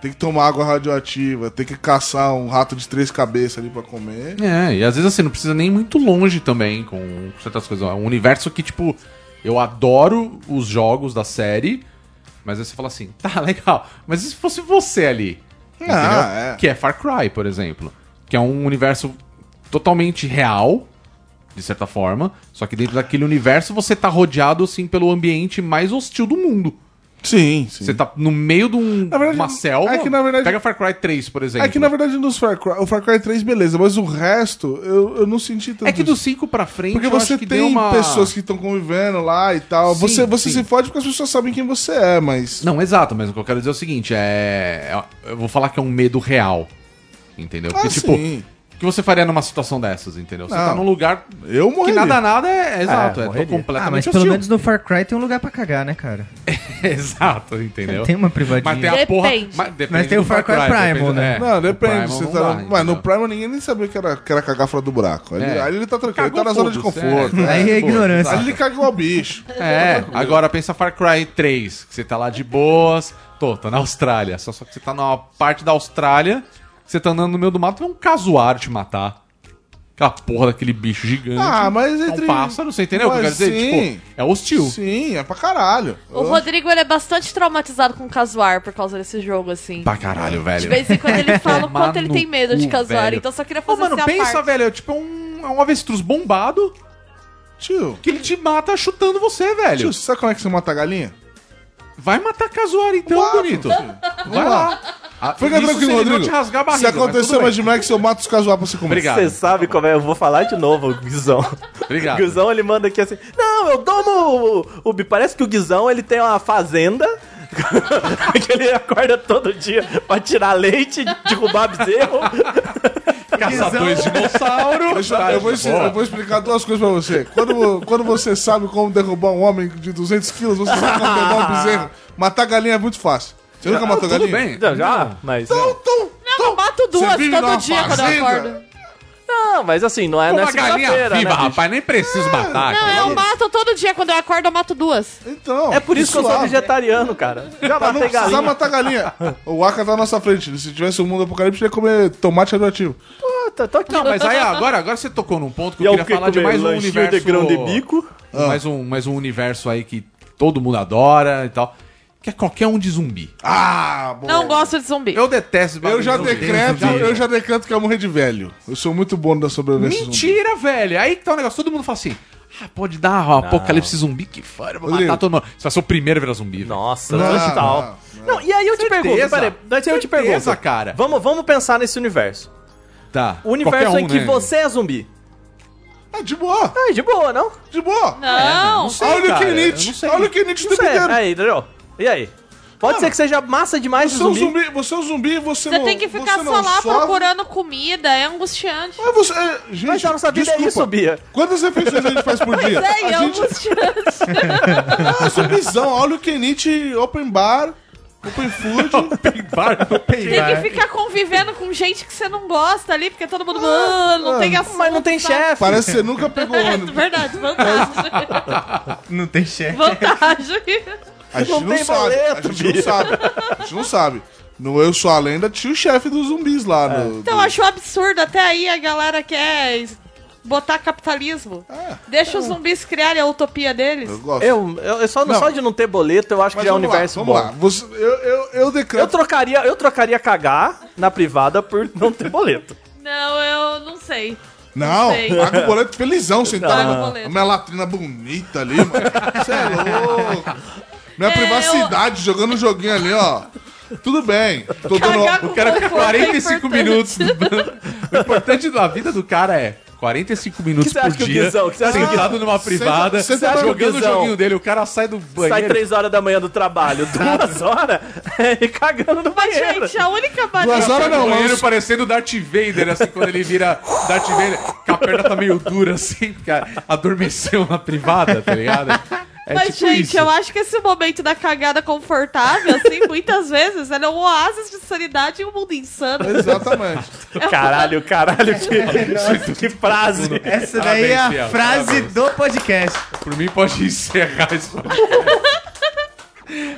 E: tem que tomar água radioativa, tem que caçar um rato de três cabeças ali pra comer.
F: É, e às vezes assim, não precisa nem ir muito longe também com certas coisas. É um universo que, tipo, eu adoro os jogos da série, mas aí você fala assim, tá, legal, mas e se fosse você ali? Entendeu?
E: Ah, é.
F: Que é Far Cry, por exemplo. Que é um universo totalmente real, de certa forma, só que dentro daquele universo você tá rodeado, assim, pelo ambiente mais hostil do mundo.
E: Sim, sim.
F: Você tá no meio de um,
E: Na verdade,
F: uma selva.
E: é que, na verdade-
F: Pega Far Cry 3, por exemplo.
E: É que na verdade nos Far Cry, o Far Cry 3, beleza, mas o resto eu, eu não senti tanto.
F: É que do
E: isso.
F: 5 pra frente,
E: Porque
F: eu
E: você
F: acho que
E: tem
F: deu uma...
E: pessoas que estão convivendo lá e tal.
F: Sim,
E: você você se
F: sim.
E: fode porque as pessoas sabem quem você é, mas.
F: Não, exato, mas o que eu quero dizer é o seguinte, é. Eu vou falar que é um medo real. Entendeu?
E: Ah,
F: Porque, tipo,
E: sim.
F: o que você faria numa situação dessas, entendeu? Você
E: Não.
F: tá num lugar
E: Eu
F: que
E: morreria.
F: nada nada é. é exato, é, tô
G: morreria.
F: completamente
I: Ah, mas pelo
F: hostil.
I: menos no Far Cry tem um lugar pra cagar, né, cara?
F: exato, entendeu?
I: Tem uma privadinha.
F: Mas tem a
H: Depende.
F: porra. Mas, depende
I: Mas tem o
F: do
I: Far Cry Primal,
F: depende-
I: né?
F: é,
E: Não,
F: o
E: depende.
F: Primal
E: Você
F: não
E: tá,
F: dá,
E: mas no
F: entendeu?
E: Primal ninguém nem sabia que era, que era cagar fora do buraco. Ali,
F: É.
E: aí ele tá tranquilo, ele tá
F: Cagou,
E: na zona de
F: foda-se,
E: conforto.
F: é.
I: Aí é
F: Pô,
I: ignorância.
E: Aí ele cagou o bicho.
F: É, agora pensa Far Cry 3, que você tá lá de boas. Tô, tô na Austrália. Só, só que você tá numa parte da Austrália, que você tá andando no meio do mato, vem um casuário te matar. Aquela porra daquele bicho gigante.
E: Ah, mas
F: É
E: entre.
F: um pássaro, você entendeu o que eu quero
E: Mas
F: dizer?
E: sim.
F: Tipo, é hostil.
E: Sim, é pra caralho.
H: O Rodrigo ele é bastante traumatizado com casuar por causa desse jogo, assim.
F: Pra caralho, velho.
H: De vez em quando ele fala o
F: Tomar
H: quanto ele
F: no
H: tem medo de
F: cu,
H: casuar,
F: velho.
H: então só queria
F: Ô,
H: fazer
F: mano,
H: essa
F: pensa,
H: parte.
F: velho, é tipo um, é um avestruz bombado
E: Tio,
F: que ele te mata chutando você, velho.
E: tio, sabe como é que você mata a galinha?
F: Vai matar casuário então,
E: Mato,
F: bonito.
E: filho.
F: Vai lá. Ah,
E: Fica
F: isso se
E: tranquilo,
F: ele não
E: Rodrigo.
F: te rasgar a
E: se
F: barriga, mas
E: acontecer
F: tudo bem.
E: mais de Max, eu mato os casual pra você comer.
F: Obrigado.
G: Você sabe como é? Eu vou falar de novo, o Guizão.
F: Obrigado.
G: O Guizão, ele manda aqui assim, não, eu domo o, o... bi-". Parece que o Guizão, ele tem uma fazenda que ele acorda todo dia pra tirar leite, derrubar bezerro.
F: Caçadores de dinossauro.
E: Deixa eu- eu, vou ensinar- eu vou explicar duas coisas pra você. Quando, vo- quando você sabe como derrubar um homem de 200 quilos, você sabe como derrubar um bezerro. Matar galinha é muito fácil. Você nunca matou
F: Ah, Tudo
E: galinha?
F: bem.
G: Não, já, mas. é.
E: Então, então,
H: Não, eu mato duas
E: Você vive numa
H: todo dia quando eu
E: fazenda?
H: acordo.
G: Não, mas assim, não é
F: Pô,
G: na
F: uma galinha
G: segunda-feira, né?
F: viva,
G: bicho?
F: rapaz, nem preciso matar. cara.
H: Não, eu mato todo dia quando eu acordo, eu mato duas.
E: então.
G: É por isso que eu sou
E: suave.
G: vegetariano, cara. Já
E: Pra
G: matei
E: não precisar
G: galinha.
E: matar galinha. O Aka tá na nossa frente. Se tivesse o mundo apocalipse, ele ia comer tomate radioativo.
G: Puta, tô aqui.
F: Não, mas aí agora, agora você tocou num ponto que
G: E
F: eu
G: eu
F: queria
G: queria
F: falar de mais um
G: lanchinho
F: universo.
G: de grão de bico.
F: Mais, um, mais um universo aí que todo mundo adora e tal. Que é qualquer um de zumbi.
E: Ah, bom.
H: Não gosto de zumbi.
F: Eu detesto esse
E: Eu já
F: bagulho de zumbi.
E: decreto, eu já decreto que eu ia morrer de velho. Eu sou muito bom da sobrevivência. zumbi.
F: Mentira, velho. Aí que tá o negócio. Todo mundo fala assim: ah, pode dar ó, apocalipse zumbi que fora, vou matar
E: Olha.
F: todo mundo. Você vai ser o primeiro a virar zumbi. velho.
G: Nossa,
E: Não,
G: não, tal. Não, e aí eu te
F: Certeza.
G: pergunto, peraí, daí eu te
F: Certeza,
G: pergunto.
F: cara.
G: Vamos, vamos pensar nesse universo.
F: Tá.
G: O universo
F: Qualquer
G: em
F: um,
G: que
F: né?
G: você é zumbi.
E: Ah, de boa,
G: Ah, de boa, não?
E: de boa.
H: Não.
F: sei,
E: Olha o
F: cara, eu não
E: Kinit,
F: sei.
E: olha o Kinit o
G: Não
E: tempo
G: sei. é,
E: inteiro.
G: Aí, entendeu? E aí? Pode ser que seja massa demais de
E: Você é um
G: zumbi.
E: zumbi, você é um zumbi, você
H: Você
E: não
H: tem que ficar
E: você
H: só
E: não
H: lá
E: sofre.
H: procurando comida, é angustiante.
E: Mas você, é, gente,
G: Mas a nossa vida é isso, Bia.
E: Quantas refeições a gente faz por dia?
H: É, e é
E: a gente
H: angustiante.
E: é zumbizão. Olha o Kenit, open bar, open food.
H: Tem que ficar convivendo com gente que você não gosta ali, porque todo mundo "Ah, não tem assunto.
G: Mas não tem
H: sabe?"
G: chefe.
E: Parece que você nunca pegou
H: É
E: ônibus.
H: verdade, vantagem.
I: Não tem chefe.
H: vantagem.
E: A gente
G: Não
E: não,
G: tem
E: sabe.
G: boleto,
E: a gente
G: Bia.
E: não sabe. A gente não sabe. No Eu Sou a Lenda tinha o chefe dos zumbis
G: É.
E: lá. no-
H: Então, eu acho um absurdo. Até aí a galera quer es- botar capitalismo. Deixa os zumbis criarem a utopia deles.
E: Eu gosto.
G: Eu, eu, eu só,
E: Não.
G: só de não ter boleto, eu acho
E: Mas
G: que já é um
E: vamos lá,
G: universo
E: vamos
G: bom.
E: lá. Você- eu, eu, eu
G: Eu
E: decreto.
G: trocaria, eu trocaria cagar na privada por não ter boleto.
H: Não, eu não sei.
E: Não,
H: Não sei.
E: paga o boleto felizão sentado.
H: Paga o
E: na-
H: boleto.
E: a minha latrina bonita ali, mano. Você é louco. Minha
H: É,
E: privacidade, jogando um joguinho ali, ó. Tudo bem. Tô dando...
H: Cagar com
F: O cara fica
H: conforto é
F: 45
H: importante.
F: minutos. O importante da vida do cara é 45 minutos
G: você
F: por
G: acha que o
F: dia,
G: Guizão- o que você acha que o
F: sentado numa privada,
E: Você- você acha que o
F: jogando o
G: Guizão-
F: joguinho dele. O cara sai do
G: Sai
F: banheiro.
G: três horas da manhã do trabalho, duas horas, é, e cagando no
H: Mas,
G: banheiro.
H: gente, a única maneira.
E: Duas horas
F: Não,
E: não,
F: o banheiro
E: mas...
F: parecendo Darth Vader, assim, quando ele vira Darth Vader, que a perna tá meio dura, assim, cara, adormeceu na privada, tá ligado? É
H: Mas,
F: tipo
H: gente,
F: isso.
H: eu acho que esse momento da cagada confortável, assim, muitas vezes, ela é um oásis de sanidade em um mundo insano.
E: Exatamente.
G: Caralho, caralho, que, que frase.
I: Essa daí é a
F: Parabéns, Fiel.
I: frase
F: Parabéns.
I: do podcast.
F: Por mim, pode encerrar isso.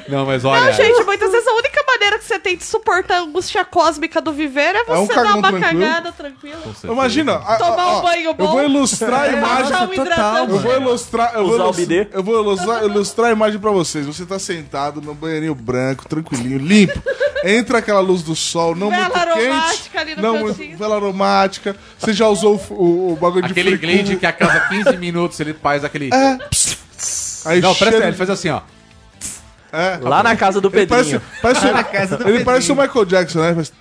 F: Não, mas olha...
H: Não, gente, muitas vezes a única maneira que você tem de suportar a angústia cósmica do viver é você dar
E: cagão
H: uma
E: tranquilo.
H: cagada tranquila.
E: Imagina.
G: né?
E: a- a-
H: Tomar um
E: ó,
H: banho
E: Eu
H: bom.
E: vou ilustrar a imagem.
H: Achar um
I: total,
H: hidratante.
E: Eu vou ilustrar. Eu vou,
G: Usar o
E: ilustrar-
G: bidê?
E: eu vou ilustrar, ilustrar a imagem pra vocês. Você tá sentado num banheirinho branco, tranquilinho, limpo. Entra aquela luz do sol, não
H: Vela
E: muito quente.
H: aromática ali no
E: não
H: cantinho.
E: muito. Vela aromática. Você já usou o f- o, o bagulho
F: Aquele
E: de fricu.
F: glide que a cada 15 minutos ele faz aquele...
E: É. Pss, pss. Aí
F: Não, presta
E: cheiro-
F: aí, ele faz assim, ó.
E: é.
G: Lá na casa do
E: Ele
G: Pedrinho.
E: parece, parece, um-
I: Na casa do
E: ele parece o
I: Pedrinho.
E: Michael Jackson, né? Ele faz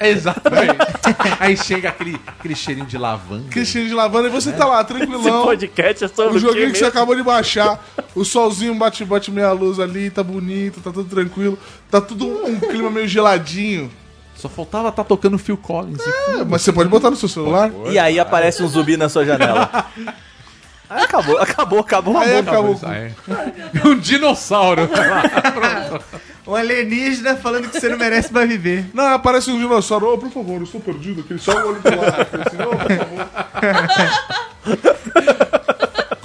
F: Exatamente. aí chega aquele, aquele cheirinho de lavanda.
E: Aquele cheiro de lavanda e você tá lá,
G: Esse
E: tranquilão.
G: podcast é sobre
E: O
G: o quê
E: joguinho que você
G: mesmo?
E: acabou de baixar, o solzinho bate, bate meia luz ali, tá bonito, tá tudo tranquilo, tá tudo um, um clima meio geladinho.
F: Só faltava tá tocando Phil Collins.
E: É, mas você pode botar no seu celular?
G: E aí aparece um zumbi na sua janela. Aí acabou, acabou, acabou.
E: Aí
G: acabou.
E: acabou.
F: Ah, é. um dinossauro.
I: Um alienígena falando que você não merece mais viver.
E: Não, aparece um dinossauro, oh, por favor, eu estou perdido aqui, só o olho pro lado. Assim, "Oh, por favor."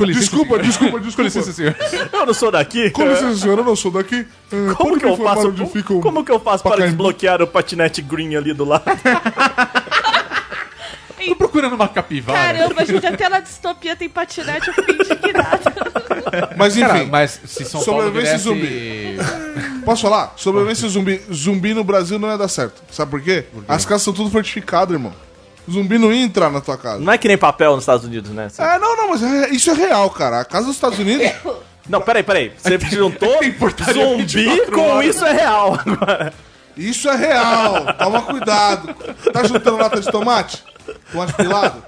E: Desculpa, desculpa,
F: Com
E: desculpa.
F: licença, senhor.
G: Eu não sou daqui. É.
E: Com licença, senhor, eu não sou daqui. Eh,
G: Como
E: pode
G: que
E: me
G: eu
E: informar
G: faço?
E: onde fica um- o
G: Como que eu faço para
E: Pacaembu?
G: desbloquear o patinete green ali do lado?
F: Tô procurando uma capivara.
H: Caramba, gente, até na distopia tem patinete, eu fiquei indignada.
E: Mas enfim,
F: Cara, mas se São Paulo
E: Sobrevivência
F: viesse...
E: posso falar? Sobrevivência zumbi. Zumbi no Brasil não ia dar certo. Sabe por quê? As casas são tudo fortificadas, irmão. Zumbi não ia entrar na tua casa.
G: Não é que nem papel nos Estados Unidos, né? Você-
E: É, não, não, mas é- isso é real, cara. A casa dos Estados Unidos.
G: Não, peraí, peraí. Você juntou zumbi com isso é real.
E: Isso é real. Toma cuidado. Tá juntando lata de tomate? Tomate pilado?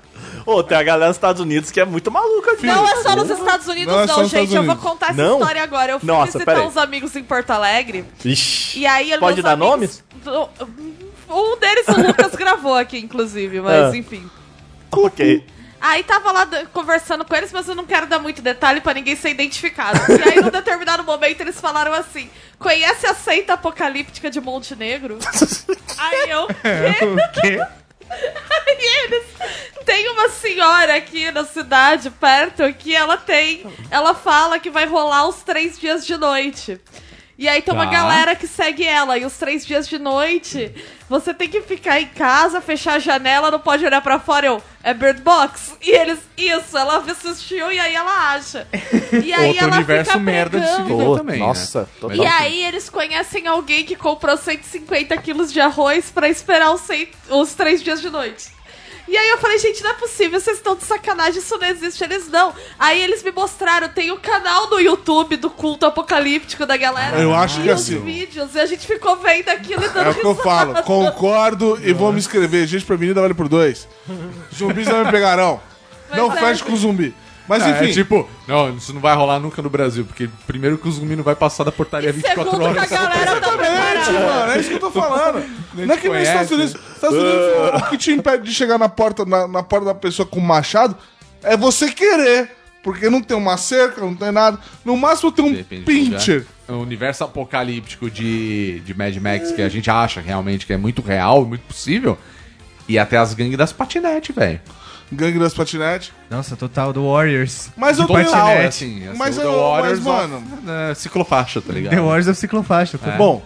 G: Ô, tem a galera nos Estados Unidos que é muito maluca, filho.
H: Não é só nos Estados Unidos,
E: Não
H: não,
E: é só nos
H: gente.
E: Estados
H: Eu vou
E: Unidos.
H: contar essa
G: Não?
H: história agora. Eu fui
G: Nossa,
H: visitar
G: peraí.
H: uns amigos em Porto Alegre.
G: Ixi.
H: E aí,
G: Pode
H: meus
G: dar
H: amigos- Um deles, o Lucas, gravou aqui, inclusive, mas
G: Ah.
H: enfim.
G: Ok.
H: Aí tava lá d- conversando com eles, mas eu não quero dar muito detalhe pra ninguém ser identificado. E aí, num determinado momento, eles falaram assim: Conhece a seita apocalíptica de Montenegro? Aí eu, quê?
I: O quê?
H: E eles. Tem uma senhora aqui na cidade, perto, que ela tem. Ela fala que vai rolar os três dias de noite. E aí tem uma
F: Tá.
H: galera que segue ela. E os três dias de noite, você tem que ficar em casa, fechar a janela, não pode olhar pra fora. Eu, é Bird Box. E eles, isso, ela assistiu e aí ela acha. E aí
F: Outro
H: ela
F: universo
H: fica
F: merda de se
H: pregando.
F: viver
D: Pô,
F: também.
D: nossa,
F: né?
D: total.
H: E
E: um
H: aí eles conhecem alguém que comprou 150 quilos de arroz pra esperar os, cem- os três dias de noite. E aí eu falei, gente, não é possível, vocês estão de sacanagem, isso não existe, eles não. Aí eles me mostraram, tem o canal no YouTube do culto apocalíptico da galera.
E: Eu acho
H: e
E: que
H: os
E: assim,
H: vídeos, e a gente ficou vendo aquilo e dando
E: É o que eu falo.
H: risada.
E: Concordo e vou me inscrever. Gente prevenida vale por dois. Zumbis não me pegarão.
H: Mas
E: não
H: é.
E: feche com zumbi. Mas
F: Ah,
E: enfim.
F: é tipo, não, isso não vai rolar nunca no Brasil, porque primeiro que o zumbi não vai passar da
E: é
F: portaria 24
H: Segundo que é a
F: horas.
H: galera tá
E: Exatamente,
H: preparada.
E: mano. É isso que eu tô falando. Não é que nos
F: conhece. Ah.
E: Estados Unidos. Estados Unidos o que te impede de chegar na porta, na, na porta da pessoa com um machado é você querer. Porque não tem uma cerca, não tem nada. No máximo tem um
F: Depende do
E: pincher.
F: lugar. O é um universo apocalíptico de, de Mad Max, que a gente acha realmente que é muito real, muito possível, e até as gangues das patinetes, velho.
E: Gangue das patinetes.
I: Nossa, total do Warriors.
E: Mas eu tenho.
I: patinete.
F: Total,
E: Mas
F: o
E: eu-
F: né, assim, The
E: mas,
F: Warriors,
E: mano-
F: ó, é, ciclofaixa, tá ligado?
I: The Warriors of Ciclofaixa. tudo bom.
E: Bom,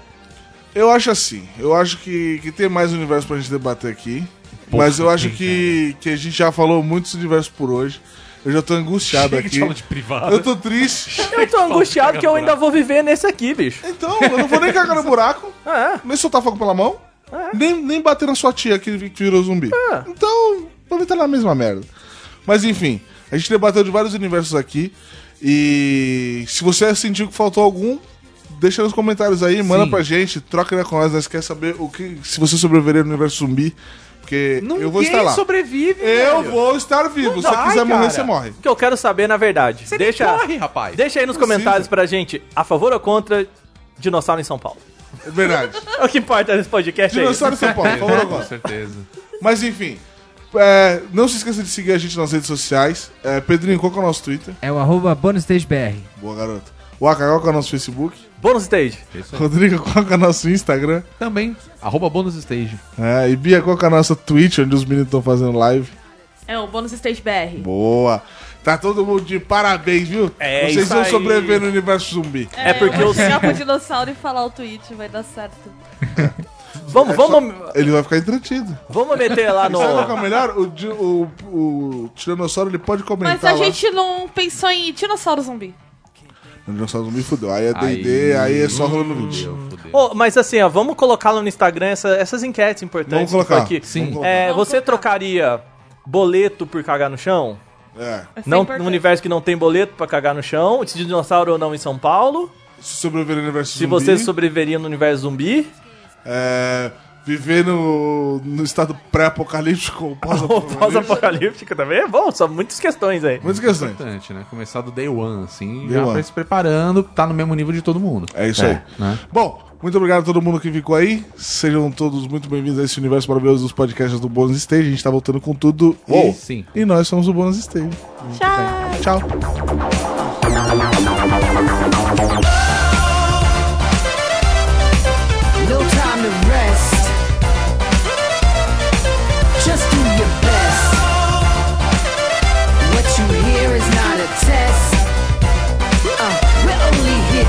E: eu acho assim. Eu acho que, que tem mais universo pra gente debater aqui. mas eu acho que, que a gente já falou muitos universos por hoje. Eu já tô angustiado
F: Chega de
E: aqui.
F: aula de privado.
E: Eu tô triste.
G: Eu tô angustiado que eu ainda vou viver nesse aqui, bicho. É.
E: Então, eu não vou nem cagar no buraco, nem soltar fogo pela mão, nem, nem bater na sua tia que, que virou zumbi. Então, pra mim tá na mesma merda. Mas enfim, a gente debateu de vários universos aqui. E se você sentiu que faltou algum, deixa nos comentários aí, manda pra gente, troca ideia com nós, nós quer saber o que se você sobreviver no universo zumbi, porque eu vou estar lá.
G: sobrevive,
E: Eu
G: velho.
E: vou estar vivo. Se você
G: Vai,
E: quiser morrer,
G: cara.
E: você morre.
G: O que eu quero saber, na verdade,
F: Você
G: deixa,
F: corre, rapaz.
G: deixa aí nos comentários pra gente, a favor ou contra dinossauro em São Paulo.
E: É verdade.
G: É o que importa nesse podcast aí.
E: Dinossauro em São Paulo, por favor,
F: Com
E: agora.
F: certeza.
E: Mas enfim, é, não se esqueça de seguir a gente nas redes sociais. É, Pedrinho, qual que é o nosso Twitter?
I: É o arroba BonusStageBR.
E: Boa, garota. O Aka, qual que é o nosso Facebook?
G: Bônus stage.
E: Rodrigo, qual que é o nosso Instagram?
F: Também, arroba bônus stage.
E: É, e Bia, qual que é a nossa Twitch, onde os meninos estão fazendo live?
H: É o Bônus Stage BR.
E: Boa. Tá todo mundo de parabéns, viu?
G: É
E: Vocês
G: isso
E: vão
G: aí.
E: sobreviver no universo zumbi.
G: É porque
H: eu vou
G: os-
H: chegar pro dinossauro e falar o tweet, vai dar certo.
G: Vamos, vamos,
E: Ele vai ficar entretido.
G: vamos meter lá no...
E: Sabe qual que é o melhor? O, di- o, o Tiranossauro ele pode comentar.
H: Mas a
E: lá.
H: gente não pensou em dinossauro zumbi.
E: O Tiranossauro zumbi fudeu. Aí é DD, aí é só rolando 20.
F: Fudeu, fudeu.
G: Ô, mas assim, ó, vamos colocar lá no Instagram essa- essas enquetes
E: Vamos
G: importantes.
E: colocar.
G: que foi aqui.
F: Sim.
E: Vamos colocar.
G: É,
H: Vamos
G: você
H: colocar.
G: trocaria boleto por cagar no chão?
E: É.
H: Essa é
G: Não,
H: importante.
G: no universo que não tem boleto pra cagar no chão. Se dinossauro ou não em São Paulo.
E: Se sobreviver no universo
G: Se
E: zumbi.
G: você sobreviveria no universo zumbi.
E: É, viver no, no estado pré-apocalíptico ou
G: Ou
E: pós-apocalíptico.
G: pós-apocalíptico também é bom, são muitas questões aí.
E: Muitas questões.
F: Importante, né? Começar do day one, assim,
E: Day
F: já
E: one.
F: pra ir se preparando, tá no mesmo nível de todo mundo.
E: É isso aí.
F: né?
E: Bom, muito obrigado a todo mundo que ficou aí. Sejam todos muito bem-vindos a esse universo maravilhoso dos podcasts do Bônus Stage. A gente tá voltando com tudo.
F: Uou.
E: E,
F: Sim.
E: e nós somos o Bônus Stage.
H: Tchau!
E: Tchau.